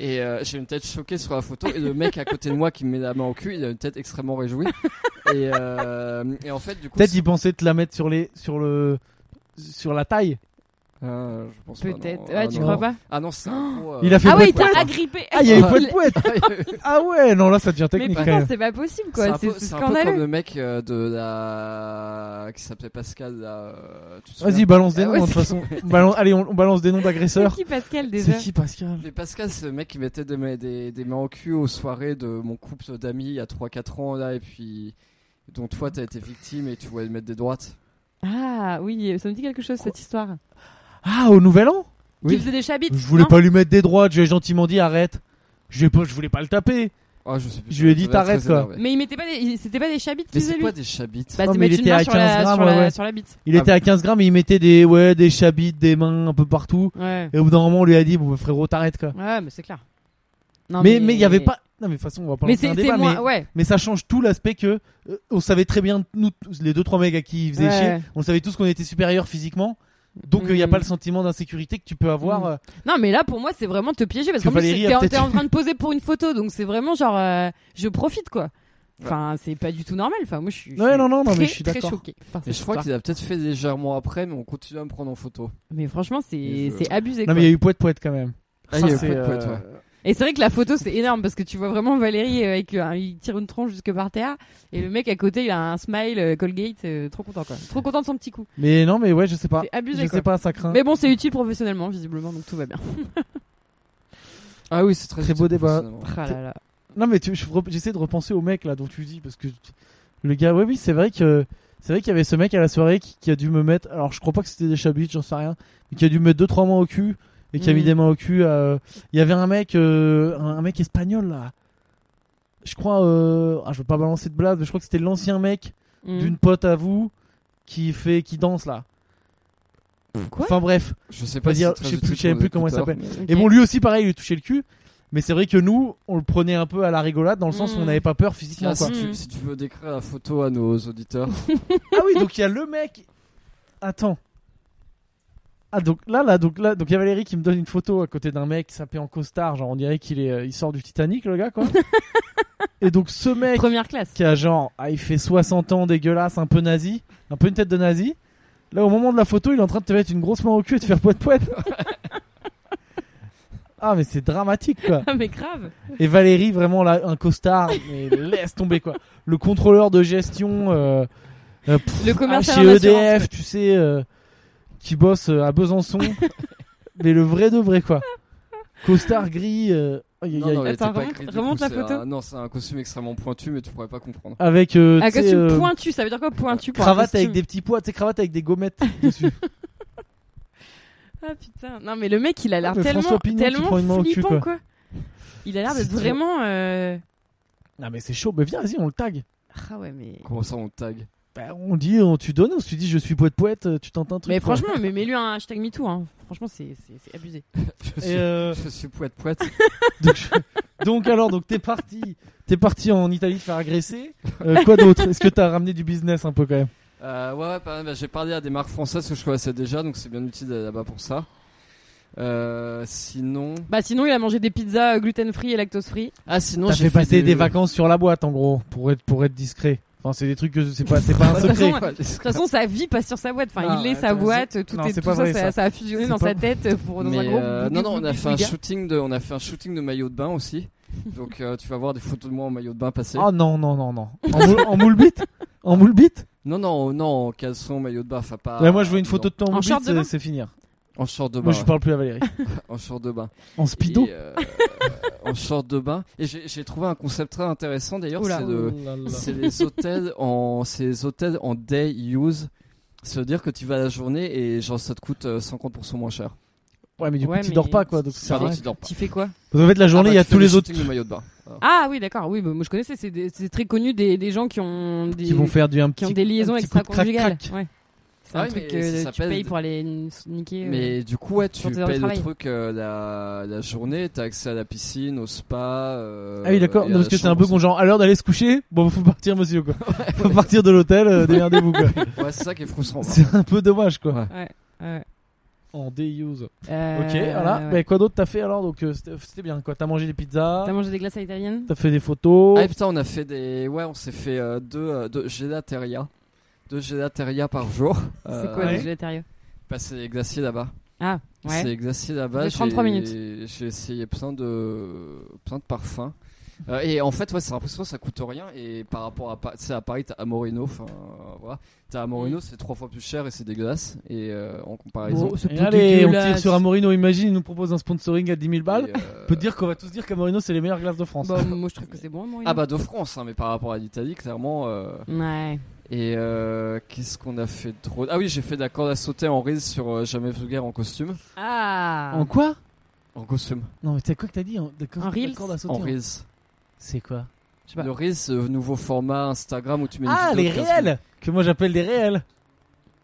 Speaker 3: Et euh, j'ai une tête choquée sur la photo. Et le mec à côté de moi qui me met la main au cul, il a une tête extrêmement réjouie. Et, euh, et en fait, du coup.
Speaker 2: Peut-être il pensait te la mettre sur les sur le sur la taille.
Speaker 3: Euh, je pense pas, non.
Speaker 1: Peut-être.
Speaker 3: Ah,
Speaker 1: Ouais, tu
Speaker 3: non.
Speaker 1: crois pas
Speaker 3: Ah non, c'est un gros, euh,
Speaker 2: Il a fait
Speaker 1: Ah oui,
Speaker 2: pouet-pouet.
Speaker 1: t'as
Speaker 3: (laughs)
Speaker 1: agrippé.
Speaker 2: Ah il y a eu
Speaker 3: Ah,
Speaker 2: pas de pouette. Ah ouais, non là ça devient
Speaker 1: Mais
Speaker 2: technique. quand
Speaker 1: putain,
Speaker 2: même.
Speaker 1: c'est pas possible
Speaker 3: C'est
Speaker 1: quoi.
Speaker 3: un
Speaker 1: C'est
Speaker 3: peu-
Speaker 1: c'est
Speaker 3: c'est un, peu comme
Speaker 1: scandaleux.
Speaker 3: le mec euh, de la. qui s'appelait Pascal. là, euh, tu te
Speaker 2: Vas-y
Speaker 3: souviens
Speaker 2: balance des
Speaker 3: Ah
Speaker 2: noms
Speaker 3: ouais,
Speaker 2: de toute façon. Balance- allez on, on balance des noms
Speaker 1: C'est
Speaker 2: d'agresseurs.
Speaker 1: qui Pascal déjà
Speaker 2: C'est qui Pascal
Speaker 3: Mais Pascal, ce mec qui mettait des, ma- des, des mains au cul aux soirées de mon couple d'amis il y a 3-4 ans, là, et puis. dont toi, t'as été victime et tu voulais mettre des droites.
Speaker 1: Ah oui, ça me dit quelque chose cette histoire.
Speaker 2: Ah au Nouvel An
Speaker 3: Oui.
Speaker 1: Qui faisait des chabites.
Speaker 2: Je voulais
Speaker 1: non
Speaker 2: pas lui mettre des droites. J'ai gentiment dit arrête. Je vais pas- je voulais pas le taper.
Speaker 3: Ah, je sais plus.
Speaker 2: Je lui ai dit,
Speaker 3: Ça m'a très
Speaker 2: t'arrêtes, quoi.
Speaker 3: énervé.
Speaker 1: Mais il mettait pas des, il- c'était pas des chabites
Speaker 3: Mais
Speaker 1: qu'il faisait
Speaker 3: c'est
Speaker 1: lui.
Speaker 3: quoi des chabites
Speaker 1: Bah,
Speaker 2: Non,
Speaker 1: c'est
Speaker 2: mais il
Speaker 1: mettre une
Speaker 2: était
Speaker 1: main
Speaker 2: à
Speaker 1: sur la,
Speaker 2: 15 grammes,
Speaker 1: sur,
Speaker 2: ouais, ouais.
Speaker 1: la, sur la bite.
Speaker 2: Il
Speaker 3: Ah,
Speaker 2: était à 15 grammes, et il mettait des ouais des chabites, des mains un peu partout.
Speaker 1: Ouais.
Speaker 2: Et au bout d'un moment on lui a dit bon bah, frérot t'arrêtes quoi.
Speaker 1: Ouais, mais c'est clair. Non,
Speaker 2: mais mais il y avait pas. Non mais de toute façon on va pas
Speaker 1: Mais
Speaker 2: lancer
Speaker 1: c'est
Speaker 2: un
Speaker 1: c'est
Speaker 2: débat.
Speaker 1: moins.
Speaker 2: mais-
Speaker 1: Ouais.
Speaker 2: Mais ça change tout l'aspect que euh, on savait très bien nous tous, les deux trois mecs à qui ils faisaient
Speaker 1: Ouais.
Speaker 2: chier, on savait tous qu'on était supérieurs physiquement. Donc il n'y a
Speaker 1: Mm.
Speaker 2: pas le sentiment d'insécurité que tu peux avoir.
Speaker 1: Mm.
Speaker 2: euh,
Speaker 1: Non, mais là, pour moi, c'est vraiment te piéger parce
Speaker 2: Que
Speaker 1: qu'en plus,
Speaker 2: Valérie
Speaker 1: c'est-
Speaker 2: a
Speaker 1: t'es en-
Speaker 2: peut-être
Speaker 1: t'es en
Speaker 2: eu.
Speaker 1: train de poser pour une photo, donc c'est vraiment genre, euh, je profite quoi. Enfin, c'est pas du tout normal. Enfin, moi, je suis. je
Speaker 2: Ouais,
Speaker 1: suis
Speaker 2: non, non, non, mais
Speaker 1: très,
Speaker 2: je suis
Speaker 1: très
Speaker 2: d'accord.
Speaker 1: choquée par
Speaker 3: Mais
Speaker 1: cette
Speaker 3: je crois
Speaker 1: histoire.
Speaker 3: qu'il a peut-être fait légèrement après, mais on continue à me prendre en photo.
Speaker 1: Mais franchement, c'est
Speaker 3: Et je-
Speaker 1: c'est abusé.
Speaker 2: Non
Speaker 1: quoi.
Speaker 2: mais il y a eu poète poète quand même.
Speaker 3: Ah, il y a eu
Speaker 2: c'est,
Speaker 3: poète, poète,
Speaker 2: euh,
Speaker 1: Et c'est vrai que la photo c'est énorme parce que tu vois vraiment Valérie euh, avec un- il tire une tronche jusque par terre et le mec à côté il a un smile euh, Colgate euh, trop content quoi. Trop content de son petit coup.
Speaker 2: Mais non mais ouais je sais pas.
Speaker 1: C'est
Speaker 2: Ah, Je
Speaker 1: abusé quoi.
Speaker 2: sais pas ça craint.
Speaker 1: Mais bon, c'est utile professionnellement visiblement donc tout va bien.
Speaker 3: Ah oui, c'est très,
Speaker 2: Très beau
Speaker 3: utile,
Speaker 2: débat.
Speaker 3: personnellement.
Speaker 1: Ah là là.
Speaker 2: Non mais tu- je rep- j'essaie de repenser au mec là dont tu dis parce que le gars ouais oui c'est vrai que c'est vrai qu'il y avait ce mec à la soirée qui, qui a dû me mettre alors je crois pas que c'était des chabites j'en sais rien mais qui a dû me mettre deux trois mains au cul et qui a
Speaker 1: Mm.
Speaker 2: mis des mains au cul à, euh, il y avait un mec euh, un, un mec espagnol là je crois euh, ah je veux pas balancer de blase mais je crois que c'était l'ancien mec
Speaker 1: Mm.
Speaker 2: d'une pote à vous qui fait qui danse là
Speaker 1: Quoi
Speaker 2: enfin bref
Speaker 3: Je sais
Speaker 2: Pas
Speaker 3: pas si
Speaker 2: dire-
Speaker 3: c'est très
Speaker 2: je sais plus-
Speaker 3: utile
Speaker 2: je savais
Speaker 3: pour
Speaker 2: plus
Speaker 3: les
Speaker 2: comment il
Speaker 3: écouteurs,
Speaker 2: s'appelle.
Speaker 3: mais-
Speaker 1: Ok.
Speaker 2: et bon lui aussi pareil il lui touchait le cul mais c'est vrai que nous on le prenait un peu à la rigolade dans le sens où on
Speaker 1: Mm.
Speaker 2: n'avait pas peur physiquement
Speaker 3: Tiens,
Speaker 2: quoi
Speaker 3: Ah, si, tu,
Speaker 1: Mm.
Speaker 3: si tu veux décrire la photo à nos auditeurs,
Speaker 2: Ah oui, donc il y a le mec. Attends. Ah donc là là donc là donc il y a Valérie qui me donne une photo à côté d'un mec sapé en costard, genre on dirait qu'il est euh, il sort du Titanic le gars quoi. Et donc ce mec
Speaker 1: Première classe.
Speaker 2: qui a genre ah, il fait 60 ans dégueulasse, un peu nazi, un peu une tête de nazi. Là au moment de la photo, il est en train de te mettre une grosse main au cul et de faire poète poète. Ah mais c'est dramatique quoi.
Speaker 1: Ah mais grave.
Speaker 2: Et Valérie, vraiment là, un costard, mais laisse tomber quoi. Le contrôleur de gestion euh, euh, pff,
Speaker 1: Le commercial
Speaker 2: chez
Speaker 1: en assurance,
Speaker 2: EDF, tu sais, euh, qui bosse euh, à
Speaker 1: (laughs)
Speaker 2: Besançon, mais le vrai de vrai quoi. Costard gris, euh, aïe, aïe,
Speaker 3: non,
Speaker 2: aïe,
Speaker 3: non, il était
Speaker 1: Attends,
Speaker 3: pas
Speaker 1: remonte-
Speaker 3: écrit, du coup,
Speaker 1: remonte la
Speaker 3: c'est
Speaker 1: photo.
Speaker 3: un- non, c'est un costume extrêmement pointu, mais tu pourrais pas comprendre.
Speaker 2: avec euh,
Speaker 1: Un
Speaker 2: tu sais,
Speaker 1: Ah, costume
Speaker 2: euh,
Speaker 1: pointu, ça veut dire quoi pointu pour un
Speaker 2: cravate avec
Speaker 1: costume
Speaker 2: des petits pois, tu sais, cravate avec des gommettes (laughs) dessus.
Speaker 1: Ah putain. Non mais le mec il a l'air
Speaker 2: Ah, mais
Speaker 1: tellement
Speaker 2: François Pignon, tu prends une main
Speaker 1: tellement
Speaker 2: au cul,
Speaker 1: flippant
Speaker 2: quoi.
Speaker 1: quoi. Il a l'air
Speaker 2: C'est
Speaker 1: d'être
Speaker 2: trop-
Speaker 1: vraiment euh,
Speaker 2: non mais c'est chaud, mais viens, vas-y, on le tag.
Speaker 1: ah ouais mais
Speaker 3: Comment ça, on tag
Speaker 2: Bah, on dit, on, tu donnes, ou si tu dis je suis poète poète, euh, tu tentes un truc.
Speaker 1: Mais
Speaker 2: quoi. (laughs)
Speaker 1: franchement, mais mets-lui un hashtag MeToo. Hein. Franchement, c'est c'est- c'est abusé.
Speaker 3: je suis,
Speaker 2: Et, euh,
Speaker 3: je suis poète poète.
Speaker 2: Donc, (laughs) je- donc alors, donc t'es parti, t'es parti en Italie te faire agresser. Euh, quoi d'autre Est-ce que t'as ramené du business un peu quand même
Speaker 3: Euh, ouais, ouais, pareil, bah, j'ai parlé à des marques françaises que je connaissais déjà, donc c'est bien utile d'aller là-bas pour ça. Euh, sinon.
Speaker 1: Bah sinon, il a mangé des pizzas euh, gluten-free et lactose-free.
Speaker 3: Ah, sinon,
Speaker 2: T'as
Speaker 3: j'ai
Speaker 2: fait passer
Speaker 3: des-
Speaker 2: des vacances sur la boîte en gros pour être pour être discret. Enfin, c'est des trucs que je- c'est pas c'est pas un
Speaker 1: De toute
Speaker 2: secret.
Speaker 1: façon, de toute façon, sa vie passe sur sa boîte. Enfin,
Speaker 2: Non,
Speaker 1: il est
Speaker 2: attends,
Speaker 1: sa boîte, tout
Speaker 2: non,
Speaker 1: est
Speaker 2: c'est
Speaker 1: tout
Speaker 2: pas
Speaker 1: ça,
Speaker 2: vrai, ça.
Speaker 1: ça, ça a fusionné
Speaker 2: C'est
Speaker 1: dans
Speaker 2: pas
Speaker 1: sa tête pour dans un
Speaker 3: Mais,
Speaker 1: gros.
Speaker 3: euh,
Speaker 1: bouquet
Speaker 3: non, non, on a
Speaker 1: de
Speaker 3: fait un
Speaker 1: gars.
Speaker 3: shooting de, on a fait un shooting de maillot de bain aussi. Donc euh, tu vas voir des photos de moi en maillot de bain passé.
Speaker 2: Oh non non non non. En moule, en moule bite En moule bite
Speaker 3: Non, non, oh, non, en caleçon, maillot de bain, enfin pas.
Speaker 2: Ouais, moi je veux une photo de toi en
Speaker 1: En
Speaker 2: moule
Speaker 1: short
Speaker 2: bite,
Speaker 1: de bain
Speaker 2: c'est- c'est finir.
Speaker 3: non, en short de bain.
Speaker 2: Moi je
Speaker 3: ouais,
Speaker 2: parle plus à Valérie.
Speaker 3: En short de bain.
Speaker 2: En speedo.
Speaker 3: Et, euh, en short de bain. Et j'ai j'ai trouvé un concept très intéressant d'ailleurs.
Speaker 1: Oula.
Speaker 3: C'est le, euh, c'est les hôtels en, c'est les hôtels en day use. Ça veut dire que tu vas la journée et genre ça te coûte euh, 50% moins cher.
Speaker 2: Ouais, mais du coup,
Speaker 1: Ouais,
Speaker 2: tu
Speaker 1: mais-
Speaker 2: dors pas quoi. Donc, ça sert à
Speaker 3: Pardon,
Speaker 2: rien.
Speaker 3: tu dors pas.
Speaker 1: Tu fais quoi
Speaker 2: Donc, en fait, la journée,
Speaker 3: Ah,
Speaker 2: il
Speaker 3: bah,
Speaker 2: y a
Speaker 3: tu fais
Speaker 2: tous
Speaker 3: le
Speaker 2: les autres
Speaker 3: shooting de maillot de bain. Alors.
Speaker 1: Ah oui, d'accord. Oui, bah, moi je connaissais. C'est des- c'est très connu des, des gens qui ont des
Speaker 2: qui vont faire du un petit
Speaker 1: qui ont des
Speaker 2: un
Speaker 1: liaisons
Speaker 2: petit coup de crac,
Speaker 1: extra-conjugales.
Speaker 2: crac.
Speaker 1: Ouais. C'est un
Speaker 3: Ouais,
Speaker 1: truc
Speaker 3: Ah mais
Speaker 1: que
Speaker 3: ça
Speaker 1: tu
Speaker 3: s'appelle
Speaker 1: payes
Speaker 3: de-
Speaker 1: pour aller n- niquer. euh.
Speaker 3: Mais du coup, ouais, tu
Speaker 1: Quand t'es dans le
Speaker 3: payes le
Speaker 1: travail.
Speaker 3: truc euh, la, la journée, t'as accès à la piscine, au spa. euh,
Speaker 2: Ah oui, d'accord.
Speaker 3: et
Speaker 2: Non,
Speaker 3: à
Speaker 2: parce
Speaker 3: la
Speaker 2: que c'est un peu
Speaker 3: chambre
Speaker 2: con, genre, à l'heure d'aller se coucher, bon, faut partir, monsieur, (laughs) quoi. faut partir de l'hôtel, euh, démerdez-vous, (laughs) quoi.
Speaker 3: aussi. Ouais, c'est ça qui est frustrant. bah. par
Speaker 2: c'est un peu dommage, quoi.
Speaker 3: Ouais.
Speaker 1: Ouais, ouais.
Speaker 2: En déuse.
Speaker 1: Euh,
Speaker 2: Ok, voilà.
Speaker 1: ouais.
Speaker 2: Bah, quoi d'autre t'as fait alors Donc, euh, c'était c'était bien, quoi. T'as mangé des pizzas,
Speaker 1: T'as mangé des glaces à l'italienne
Speaker 2: t'as fait des photos.
Speaker 3: Ah et putain, on a fait des. Ouais, on s'est fait euh, deux, euh, deux gelateria. Deux gelateria par jour.
Speaker 1: C'est
Speaker 3: Euh,
Speaker 1: quoi
Speaker 2: ouais.
Speaker 1: le gélatérieux
Speaker 3: bah, C'est les glaciers là-bas.
Speaker 1: Ah,
Speaker 3: C'est
Speaker 1: ouais.
Speaker 3: les glaciers là-bas.
Speaker 1: J'ai 33
Speaker 3: j'ai-
Speaker 1: minutes.
Speaker 3: J'ai essayé plein de, plein de parfums. Euh, et en fait, ouais, c'est impressionnant, ça coûte rien. Et par rapport à, Pa- tu sais, à Paris, t'as Amorino. Enfin, voilà. T'as Amorino, c'est trois fois plus cher et c'est dégueulasse. Et euh, en comparaison.
Speaker 1: Bon, c'est
Speaker 2: Et
Speaker 1: plutôt
Speaker 2: allez, on tire
Speaker 1: dégueulasse.
Speaker 2: sur Amorino, imagine, il nous propose un sponsoring à 10 000 balles.
Speaker 3: et, euh,
Speaker 2: On peut te dire qu'on va tous dire qu'Amorino, c'est les meilleures glaces de France.
Speaker 1: Bon, moi je trouve que c'est bon, Amorino.
Speaker 3: Ah bah de France, hein, mais par rapport à l'Italie, clairement. euh,
Speaker 1: Ouais.
Speaker 3: Et euh, qu'est-ce qu'on a fait de drôle Ah oui, j'ai fait de la corde à sauter en risque sur euh, Jamais Vulgaire en costume.
Speaker 1: Ah
Speaker 2: En quoi
Speaker 3: En costume.
Speaker 2: Non, mais c'est quoi que t'as dit hein En, d'accord,
Speaker 1: En Reels
Speaker 2: d'accord, à sauter,
Speaker 3: En
Speaker 2: hein.
Speaker 3: Reels.
Speaker 2: C'est quoi
Speaker 1: Je sais pas.
Speaker 3: Le Reels, euh, nouveau format Instagram où tu mets une
Speaker 2: Ah,
Speaker 3: vidéo
Speaker 2: les
Speaker 3: de 15 minutes.
Speaker 2: réels Que moi j'appelle des réels.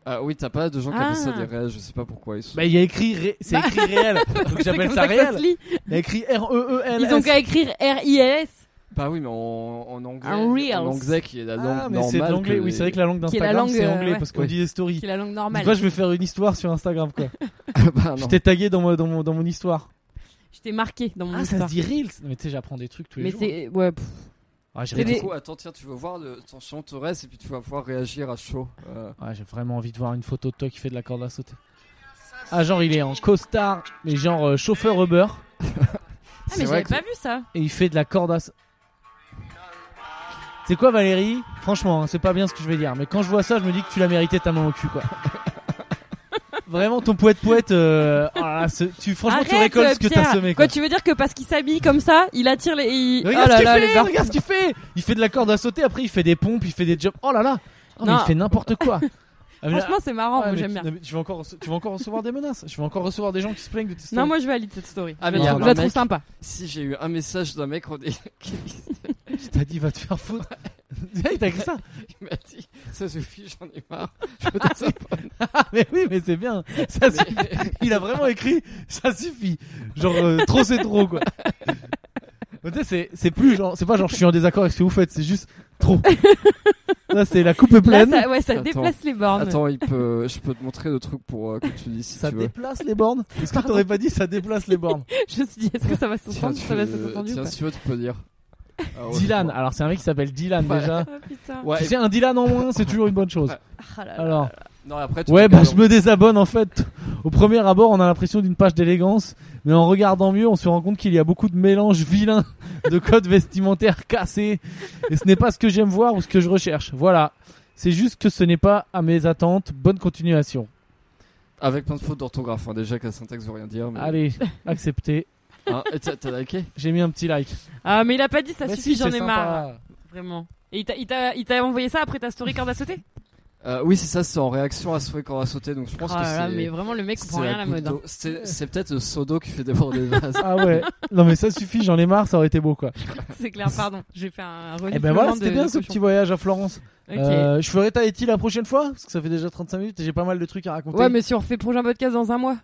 Speaker 3: Ah oui, t'as pas de gens qui
Speaker 1: Ah.
Speaker 3: appellent ça des réels, je sais pas pourquoi ils sont.
Speaker 2: Bah, il y a écrit, ré- c'est
Speaker 1: (laughs)
Speaker 2: écrit réel. Donc
Speaker 1: C'est
Speaker 2: j'appelle
Speaker 1: comme
Speaker 2: ça
Speaker 1: que se
Speaker 2: réel.
Speaker 1: lit.
Speaker 2: Il y a écrit E R-E-E-L.
Speaker 1: Ils ont qu'à écrire R-I-S,
Speaker 3: Bah oui, mais en, en anglais.
Speaker 1: En Reels.
Speaker 3: En anglais qui est la langue
Speaker 2: Ah, mais c'est de
Speaker 3: normale.
Speaker 2: l'anglais.
Speaker 3: que
Speaker 2: Oui,
Speaker 3: les-
Speaker 2: c'est
Speaker 3: (laughs)
Speaker 2: vrai que la langue
Speaker 1: Qui est la
Speaker 2: d'Instagram,
Speaker 1: langue,
Speaker 2: c'est
Speaker 1: euh,
Speaker 2: anglais
Speaker 1: ouais.
Speaker 2: parce qu'on
Speaker 3: Oui.
Speaker 2: dit des stories.
Speaker 1: qui est Ah, la langue
Speaker 2: Moi,
Speaker 1: normale.
Speaker 2: je vais faire une histoire sur Instagram, quoi.
Speaker 3: bah
Speaker 2: Je
Speaker 3: non.
Speaker 2: t'ai tagué dans, mon- dans, mon, dans mon histoire.
Speaker 1: Je t'ai marqué dans mon
Speaker 2: Ah, ça
Speaker 1: histoire.
Speaker 2: se dit Reels Mais tu sais, j'apprends des trucs tous les
Speaker 1: Mais
Speaker 2: jours.
Speaker 1: c'est. Ouais, pff,
Speaker 2: Ah, j'ai
Speaker 1: c'est
Speaker 3: Et
Speaker 2: vraiment-
Speaker 1: des-
Speaker 3: du coup, attends, tiens, tu vas voir le, ton chant Torres et puis tu vas pouvoir réagir à chaud. Euh,
Speaker 2: Ouais, Ah, j'ai vraiment envie de voir une photo de toi qui fait de la corde à sauter. Ah, genre, il est en costard, mais genre euh, chauffeur Uber,
Speaker 1: Ah,
Speaker 3: c'est
Speaker 1: mais
Speaker 3: vrai
Speaker 1: j'avais
Speaker 3: que-
Speaker 1: pas vu ça.
Speaker 2: et il fait de la corde à. sa- C'est quoi, Valérie Franchement, hein, c'est pas bien ce que je vais dire, mais quand je vois ça, je me dis que tu l'as mérité ta main au cul, quoi. (laughs) vraiment, ton poète-poète, euh, ah, ce- tu, franchement, tu
Speaker 1: Arrête,
Speaker 2: récoltes ce que
Speaker 1: Pierre.
Speaker 2: t'as semé, quoi.
Speaker 1: Quoi, tu veux dire que parce qu'il s'habille comme ça, il attire les. il-
Speaker 2: Regarde
Speaker 1: oh là
Speaker 2: ce qu'il
Speaker 1: là,
Speaker 2: fait,
Speaker 1: les barbes.
Speaker 2: regarde ce qu'il fait Il fait de la corde à sauter, après il fait des pompes, il fait des jumps. Oh là là Oh, mais
Speaker 1: Non.
Speaker 2: il fait n'importe quoi Ah, mais là-
Speaker 1: (laughs) Franchement, c'est marrant,
Speaker 2: ouais,
Speaker 1: moi
Speaker 2: mais
Speaker 1: j'aime
Speaker 2: tu-
Speaker 1: bien.
Speaker 2: non, mais tu, vas encore, rece- tu vas encore recevoir des menaces, je vais encore recevoir des gens qui se plaignent de tes
Speaker 1: Non,
Speaker 2: stories.
Speaker 1: moi je valide cette story.
Speaker 3: Ah,
Speaker 1: Je
Speaker 3: mais
Speaker 2: il
Speaker 1: la
Speaker 2: y a
Speaker 1: trouve-
Speaker 3: un
Speaker 1: je la
Speaker 3: mec-
Speaker 1: trouve sympa.
Speaker 3: si j'ai eu un message d'un mec (laughs) Rodé, qui
Speaker 2: Tu t'as dit va te faire foutre. (laughs) Ah, il t'a écrit ça
Speaker 3: m'a dit Ça suffit, j'en ai marre. (laughs) Je veux des abonnés.
Speaker 2: Ah, Mais oui, mais c'est bien. Ça suffit.
Speaker 3: Mais-
Speaker 2: Il a vraiment écrit ça suffit. Genre euh, trop c'est trop quoi. Mais tu sais, c'est- c'est plus genre, c'est pas genre je suis en désaccord avec ce que vous faites, c'est juste trop. Là c'est la coupe est
Speaker 1: Là,
Speaker 2: pleine.
Speaker 1: ça, ouais, ça
Speaker 3: Attends.
Speaker 1: déplace les bornes.
Speaker 3: Attends, il peut, je peux te montrer le truc pour euh, que tu dis si
Speaker 2: Ça
Speaker 3: tu veux.
Speaker 2: déplace les bornes Est-ce que t'aurais pas dit ça déplace les bornes
Speaker 1: Je me suis dit, est-ce que ça va s'entendre
Speaker 3: tu-
Speaker 1: Ça va s'entendre ou
Speaker 3: tiens,
Speaker 1: pas
Speaker 3: si tu veux, tu peux dire. Ah ouais,
Speaker 2: Dylan,
Speaker 3: je
Speaker 2: alors c'est un mec qui s'appelle Dylan
Speaker 3: Ouais.
Speaker 2: déjà.
Speaker 1: Ah, putain.
Speaker 3: vois. Ouais,
Speaker 2: Tu sais, un Dylan en moins, c'est toujours une bonne chose.
Speaker 3: Ouais.
Speaker 1: Ah là là.
Speaker 2: Alors,
Speaker 3: non, après, tu
Speaker 2: ouais,
Speaker 3: peux
Speaker 2: bah je me désabonne en fait. Au premier abord, on a l'impression d'une page d'élégance, mais en regardant mieux, on se rend compte qu'il y a beaucoup de mélanges vilains, (laughs) de codes vestimentaires cassés, et ce n'est pas ce que j'aime voir ou ce que je recherche. Voilà. C'est juste que ce n'est pas à mes attentes. Bonne continuation.
Speaker 3: Avec plein de fautes d'orthographe, hein, déjà que la syntaxe veut rien dire. Mais...
Speaker 2: Allez, accepté.
Speaker 3: Hein, et t'as t'as liké
Speaker 2: J'ai mis un petit like.
Speaker 1: Ah, mais il a pas dit, ça
Speaker 2: Mais
Speaker 1: suffit,
Speaker 2: si,
Speaker 1: j'en
Speaker 2: c'est
Speaker 1: ai
Speaker 2: sympa.
Speaker 1: marre. Vraiment. Et il t'a- il t'a il t'a envoyé ça après ta story corde à sauter
Speaker 3: Euh, Oui, c'est ça, c'est en réaction à Souhait qu'on a sauté, donc je pense
Speaker 1: Ah
Speaker 3: que
Speaker 1: là là, mais
Speaker 3: c'est.
Speaker 1: vraiment, le mec
Speaker 3: c'est
Speaker 1: comprend rien à la
Speaker 3: goutte
Speaker 1: mode. hein.
Speaker 3: d'eau. C'est c'est peut-être le seau d'eau qui fait déborder
Speaker 1: (laughs)
Speaker 3: le vase.
Speaker 2: Ah ouais. Non mais ça suffit, j'en ai marre, ça aurait été beau quoi.
Speaker 1: C'est clair, pardon. J'ai fait un
Speaker 2: Et
Speaker 1: reniflement
Speaker 2: ben voilà,
Speaker 1: de-
Speaker 2: c'était bien
Speaker 1: de
Speaker 2: ce
Speaker 1: cochon.
Speaker 2: petit voyage à Florence.
Speaker 1: Ok.
Speaker 2: Euh, je ferai Tahiti la prochaine fois parce que ça fait déjà 35 minutes et j'ai pas mal de trucs à raconter.
Speaker 1: Ouais, mais si on refait le prochain podcast dans un mois.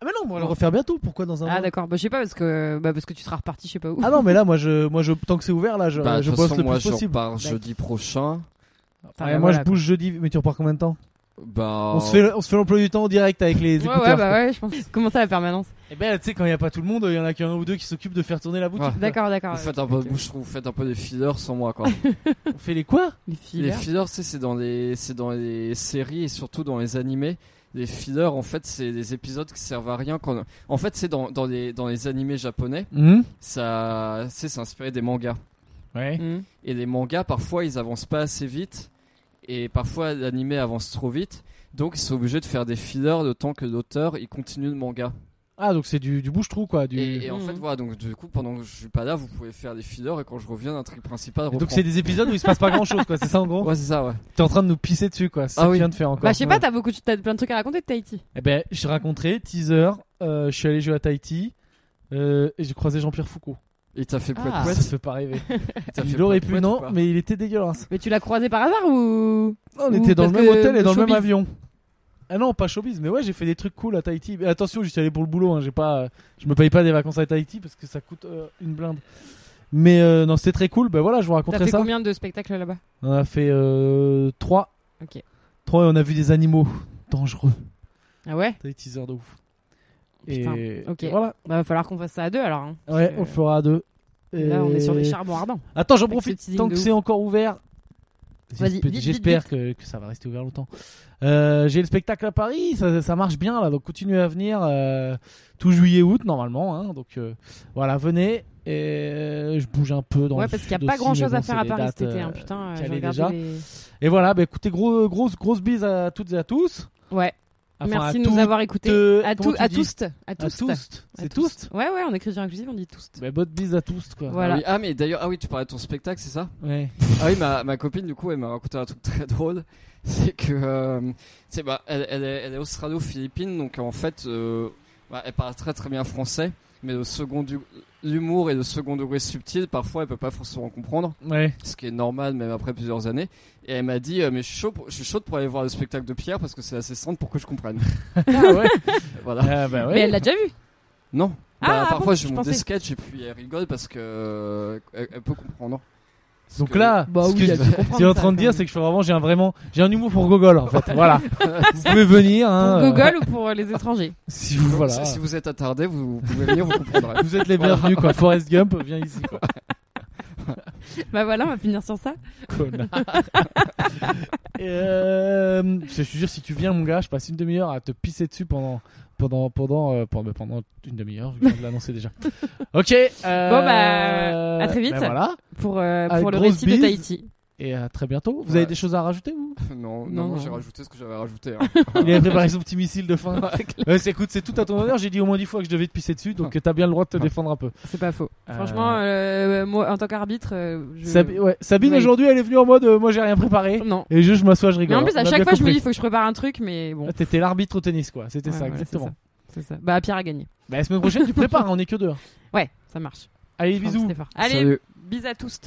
Speaker 2: Ah mais non, on va le refaire bientôt. Pourquoi dans un
Speaker 1: Ah,
Speaker 2: mois
Speaker 1: d'accord. Bah, je sais pas, parce que, bah, parce que tu seras reparti, je sais pas où.
Speaker 2: Ah non, mais là moi je moi je tant que c'est ouvert là, je,
Speaker 3: Bah, de
Speaker 2: je
Speaker 3: toute
Speaker 2: bosse
Speaker 3: façon,
Speaker 2: le
Speaker 3: moi,
Speaker 2: plus
Speaker 3: je
Speaker 2: possible.
Speaker 1: Bah.
Speaker 3: repars jeudi prochain.
Speaker 1: Enfin,
Speaker 2: Ouais,
Speaker 1: bah,
Speaker 2: moi
Speaker 1: voilà,
Speaker 2: je bouge jeudi, mais tu repars combien de temps
Speaker 3: Bah.
Speaker 2: On se fait on se fait l'emploi du temps en direct avec les
Speaker 1: quoi.
Speaker 2: écouteurs.
Speaker 1: Ouais, ouais, bah ouais, je pense. Comment ça, la permanence
Speaker 2: Et ben tu sais quand il y a pas tout le monde, il y en a qu'un ou deux qui s'occupent de faire tourner la boutique.
Speaker 3: Ouais.
Speaker 1: D'accord, d'accord.
Speaker 3: Vous faites un peu de bouche trou, vous faites un peu des fillers sans
Speaker 1: (laughs)
Speaker 3: moi quoi.
Speaker 2: On fait les quoi
Speaker 1: Les
Speaker 3: les
Speaker 1: filles. hein.
Speaker 3: fillers, tu sais, c'est dans les c'est dans les séries et surtout dans les animés. Les fillers, en fait, c'est des épisodes qui servent à rien. Quand... En fait, c'est dans, dans les dans les animés japonais,
Speaker 2: Hmm
Speaker 3: ça tu sais, c'est inspiré des mangas.
Speaker 2: Ouais.
Speaker 1: Mmh.
Speaker 3: Et les mangas, parfois, ils avancent pas assez vite. Et parfois, l'animé avance trop vite. Donc, ils sont obligés de faire des fillers le temps que l'auteur, il continue le manga.
Speaker 2: Ah donc c'est du du bouche trou quoi, du
Speaker 3: Et, et en
Speaker 1: Mhm.
Speaker 3: fait, voilà. Donc, du coup, pendant que je suis pas là, vous pouvez faire des fillers. Et quand je reviens, l'intrigue principale reprend.
Speaker 2: donc c'est des épisodes où il se passe pas grand chose quoi, c'est ça en gros
Speaker 3: Ouais, c'est ça, ouais.
Speaker 2: T'es en train de nous pisser dessus quoi, c'est
Speaker 3: Ah
Speaker 2: ce que
Speaker 3: oui.
Speaker 2: tu viens de faire encore.
Speaker 1: Bah, je sais
Speaker 2: Ouais.
Speaker 1: pas, t'as beaucoup, de- t'as plein de trucs à raconter de Tahiti.
Speaker 2: Eh ben, je raconterai, teaser, euh, je suis allé jouer à Tahiti, euh, et j'ai croisé Jean-Pierre Foucault.
Speaker 3: Il t'a fait
Speaker 1: Ah.
Speaker 3: poète-poète.
Speaker 2: Ça me fait pas rêver.
Speaker 3: T'as fait
Speaker 2: Il aurait pu,
Speaker 3: poète-poète ou
Speaker 2: non,
Speaker 3: pas
Speaker 2: mais il était dégueulasse.
Speaker 1: Mais tu l'as croisé par hasard ou
Speaker 2: On
Speaker 1: Ou
Speaker 2: était dans le
Speaker 1: parce
Speaker 2: même
Speaker 1: que
Speaker 2: hôtel et dans le même
Speaker 1: showbiz.
Speaker 2: avion. euh, Ah non, pas showbiz, mais ouais, j'ai fait des trucs cool à Tahiti. Mais attention, j'y suis allé pour le boulot, hein, j'ai pas, euh, je me paye pas des vacances à Tahiti parce que ça coûte euh, une blinde. Mais euh, non, c'était très cool. Bah voilà, je vous
Speaker 1: T'as
Speaker 2: raconterai
Speaker 1: fait
Speaker 2: ça.
Speaker 1: combien de spectacles là-bas
Speaker 2: On a fait euh, 3.
Speaker 1: Ok.
Speaker 2: 3 et on a vu des animaux dangereux.
Speaker 1: Ah ouais
Speaker 2: T'as des teasers de ouf.
Speaker 1: Putain,
Speaker 2: et
Speaker 1: ok.
Speaker 2: et voilà.
Speaker 1: Bah va falloir qu'on fasse ça à deux alors. hein.
Speaker 2: Ouais, on le fera à deux. Et-
Speaker 1: Là on est sur des charbons ardents.
Speaker 2: Attends, j'en
Speaker 1: Avec
Speaker 2: profite
Speaker 1: ce teasing
Speaker 2: tant
Speaker 1: de
Speaker 2: que c'est encore ouvert.
Speaker 1: Vas-y,
Speaker 2: J'espère-
Speaker 1: vite, vite,
Speaker 2: J'espère que, que ça va rester ouvert longtemps. Euh, J'ai le spectacle à Paris, ça, ça marche bien là, donc continuez à venir euh, tout juillet août normalement. hein. donc euh, voilà, venez et euh, je bouge un peu dans
Speaker 1: ouais
Speaker 2: le
Speaker 1: parce qu'il
Speaker 2: sud
Speaker 1: n'y a pas
Speaker 2: aussi,
Speaker 1: grand chose
Speaker 2: mais
Speaker 1: à
Speaker 2: bon,
Speaker 1: faire
Speaker 2: c'est
Speaker 1: à
Speaker 2: les
Speaker 1: Paris
Speaker 2: dates,
Speaker 1: cet été. hein.
Speaker 2: euh,
Speaker 1: Putain, j'ai
Speaker 2: calées
Speaker 1: regardé
Speaker 2: déjà.
Speaker 1: les-
Speaker 2: Et voilà, bah, écoutez, gros, grosse, grosse bise à toutes et à tous.
Speaker 1: Ouais.
Speaker 2: Enfin,
Speaker 1: Merci
Speaker 2: à
Speaker 1: de nous
Speaker 2: toutes,
Speaker 1: avoir écoutés.
Speaker 2: euh,
Speaker 1: À,
Speaker 2: comment
Speaker 1: tous,
Speaker 2: tu
Speaker 1: à
Speaker 2: dis
Speaker 1: tous, à
Speaker 2: À
Speaker 1: tous,
Speaker 2: tous.
Speaker 1: À
Speaker 2: C'est
Speaker 1: tous.
Speaker 2: tous.
Speaker 1: Ouais, ouais, en écriture inclusive, on dit tous.
Speaker 2: Bah, bonne bise à tous, quoi.
Speaker 1: Voilà.
Speaker 3: Ah, oui. Ah, mais d'ailleurs, ah oui, tu parlais de ton spectacle, c'est ça
Speaker 2: Ouais.
Speaker 3: Ah oui, ma, ma copine, du coup, elle m'a raconté un truc très (laughs) drôle. C'est que. euh, c'est, bah, elle, elle est, elle est australo-philippine, donc en fait, euh, bah, elle parle très très bien français, mais le second du- l'humour et le second degré subtil, parfois, elle peut pas forcément comprendre,
Speaker 2: Ouais.
Speaker 3: ce qui est normal, même après plusieurs années. Et elle m'a dit euh, Mais je suis, chaud pour, je suis chaude pour aller voir le spectacle de Pierre parce que c'est assez simple pour que je comprenne. (laughs)
Speaker 2: Ah ouais.
Speaker 3: voilà.
Speaker 2: (laughs) Ah, bah ouais.
Speaker 1: Mais elle l'a déjà vu.
Speaker 3: Non.
Speaker 1: Euh, Ah,
Speaker 3: Bah,
Speaker 1: ah
Speaker 3: parfois
Speaker 1: bon,
Speaker 3: je
Speaker 1: je
Speaker 3: monte
Speaker 1: pensais
Speaker 3: des
Speaker 1: que-
Speaker 3: sketchs et puis elle rigole parce que euh, elle, elle peut comprendre. Parce
Speaker 2: Donc
Speaker 3: que-
Speaker 2: là,
Speaker 1: Bah
Speaker 2: ce
Speaker 1: oui,
Speaker 2: que
Speaker 1: il a
Speaker 2: je-
Speaker 1: dû comprendre
Speaker 2: ce qu'il est en
Speaker 1: ça,
Speaker 2: train de
Speaker 1: quand
Speaker 2: dire,
Speaker 1: même.
Speaker 2: c'est que je fais vraiment, j'ai un vraiment, j'ai un humour pour Gogol en fait. voilà. vous pouvez venir,
Speaker 1: Pour
Speaker 2: hein, euh,
Speaker 1: Google ou pour euh, les étrangers
Speaker 2: si vous
Speaker 3: Donc,
Speaker 2: voilà.
Speaker 3: si- si vous êtes attardé, vous, vous pouvez venir, vous
Speaker 2: (laughs)
Speaker 3: comprendrez.
Speaker 2: Vous êtes les bienvenus quoi. Forrest Gump, viens ici
Speaker 3: (laughs)
Speaker 2: quoi.
Speaker 1: Bah voilà, on va finir sur ça.
Speaker 2: Connard. Euh, je te jure, si tu viens mon gars, je passe une demi-heure à te pisser dessus pendant pendant pendant euh, pendant, pendant une demi-heure. vu que Je viens de l'annoncer déjà. Ok. euh,
Speaker 1: Bon, bah, à très vite.
Speaker 2: bah, voilà.
Speaker 1: Pour, euh,
Speaker 2: Avec
Speaker 1: pour le
Speaker 2: Ah, grosse
Speaker 1: récit
Speaker 2: bise.
Speaker 1: de Tahiti.
Speaker 2: Et à très bientôt. Vous
Speaker 3: Ouais.
Speaker 2: avez des choses à rajouter vous
Speaker 3: non, non,
Speaker 1: Non,
Speaker 3: non, j'ai
Speaker 1: non.
Speaker 3: rajouté ce que j'avais rajouté. hein.
Speaker 2: Il avait
Speaker 1: (laughs)
Speaker 2: préparé son petit missile de fin. Ouais, c'est- écoute, c'est tout à ton honneur. J'ai dit au moins dix fois que je devais te pisser dessus, donc euh, t'as bien le droit de te défendre un peu.
Speaker 1: C'est pas faux.
Speaker 2: Euh,
Speaker 1: Franchement, euh, moi, en tant qu'arbitre, euh, je...
Speaker 2: Sabi- ouais, Sabine,
Speaker 1: Oui.
Speaker 2: aujourd'hui, elle est venue en mode euh, moi j'ai rien préparé.
Speaker 1: Non.
Speaker 2: Et je, je m'assois, je
Speaker 1: Mais
Speaker 2: rigole.
Speaker 1: en plus,
Speaker 2: On
Speaker 1: à
Speaker 2: a
Speaker 1: chaque
Speaker 2: bien
Speaker 1: fois, je me
Speaker 2: compris.
Speaker 1: dis, il faut que je prépare un truc, mais bon.
Speaker 2: Ah, T'étais l'arbitre au tennis, quoi. C'était
Speaker 1: Ouais,
Speaker 2: ça,
Speaker 1: voilà,
Speaker 2: exactement.
Speaker 1: C'est ça. Bah, Pierre a gagné.
Speaker 2: Bah, la semaine prochaine, tu prépares, hein, on est que deux.
Speaker 1: Ouais, ça marche.
Speaker 2: Allez,
Speaker 1: Je pense que
Speaker 2: bisous.
Speaker 1: c'était fort. Allez,
Speaker 3: Salut.
Speaker 1: bis à tous.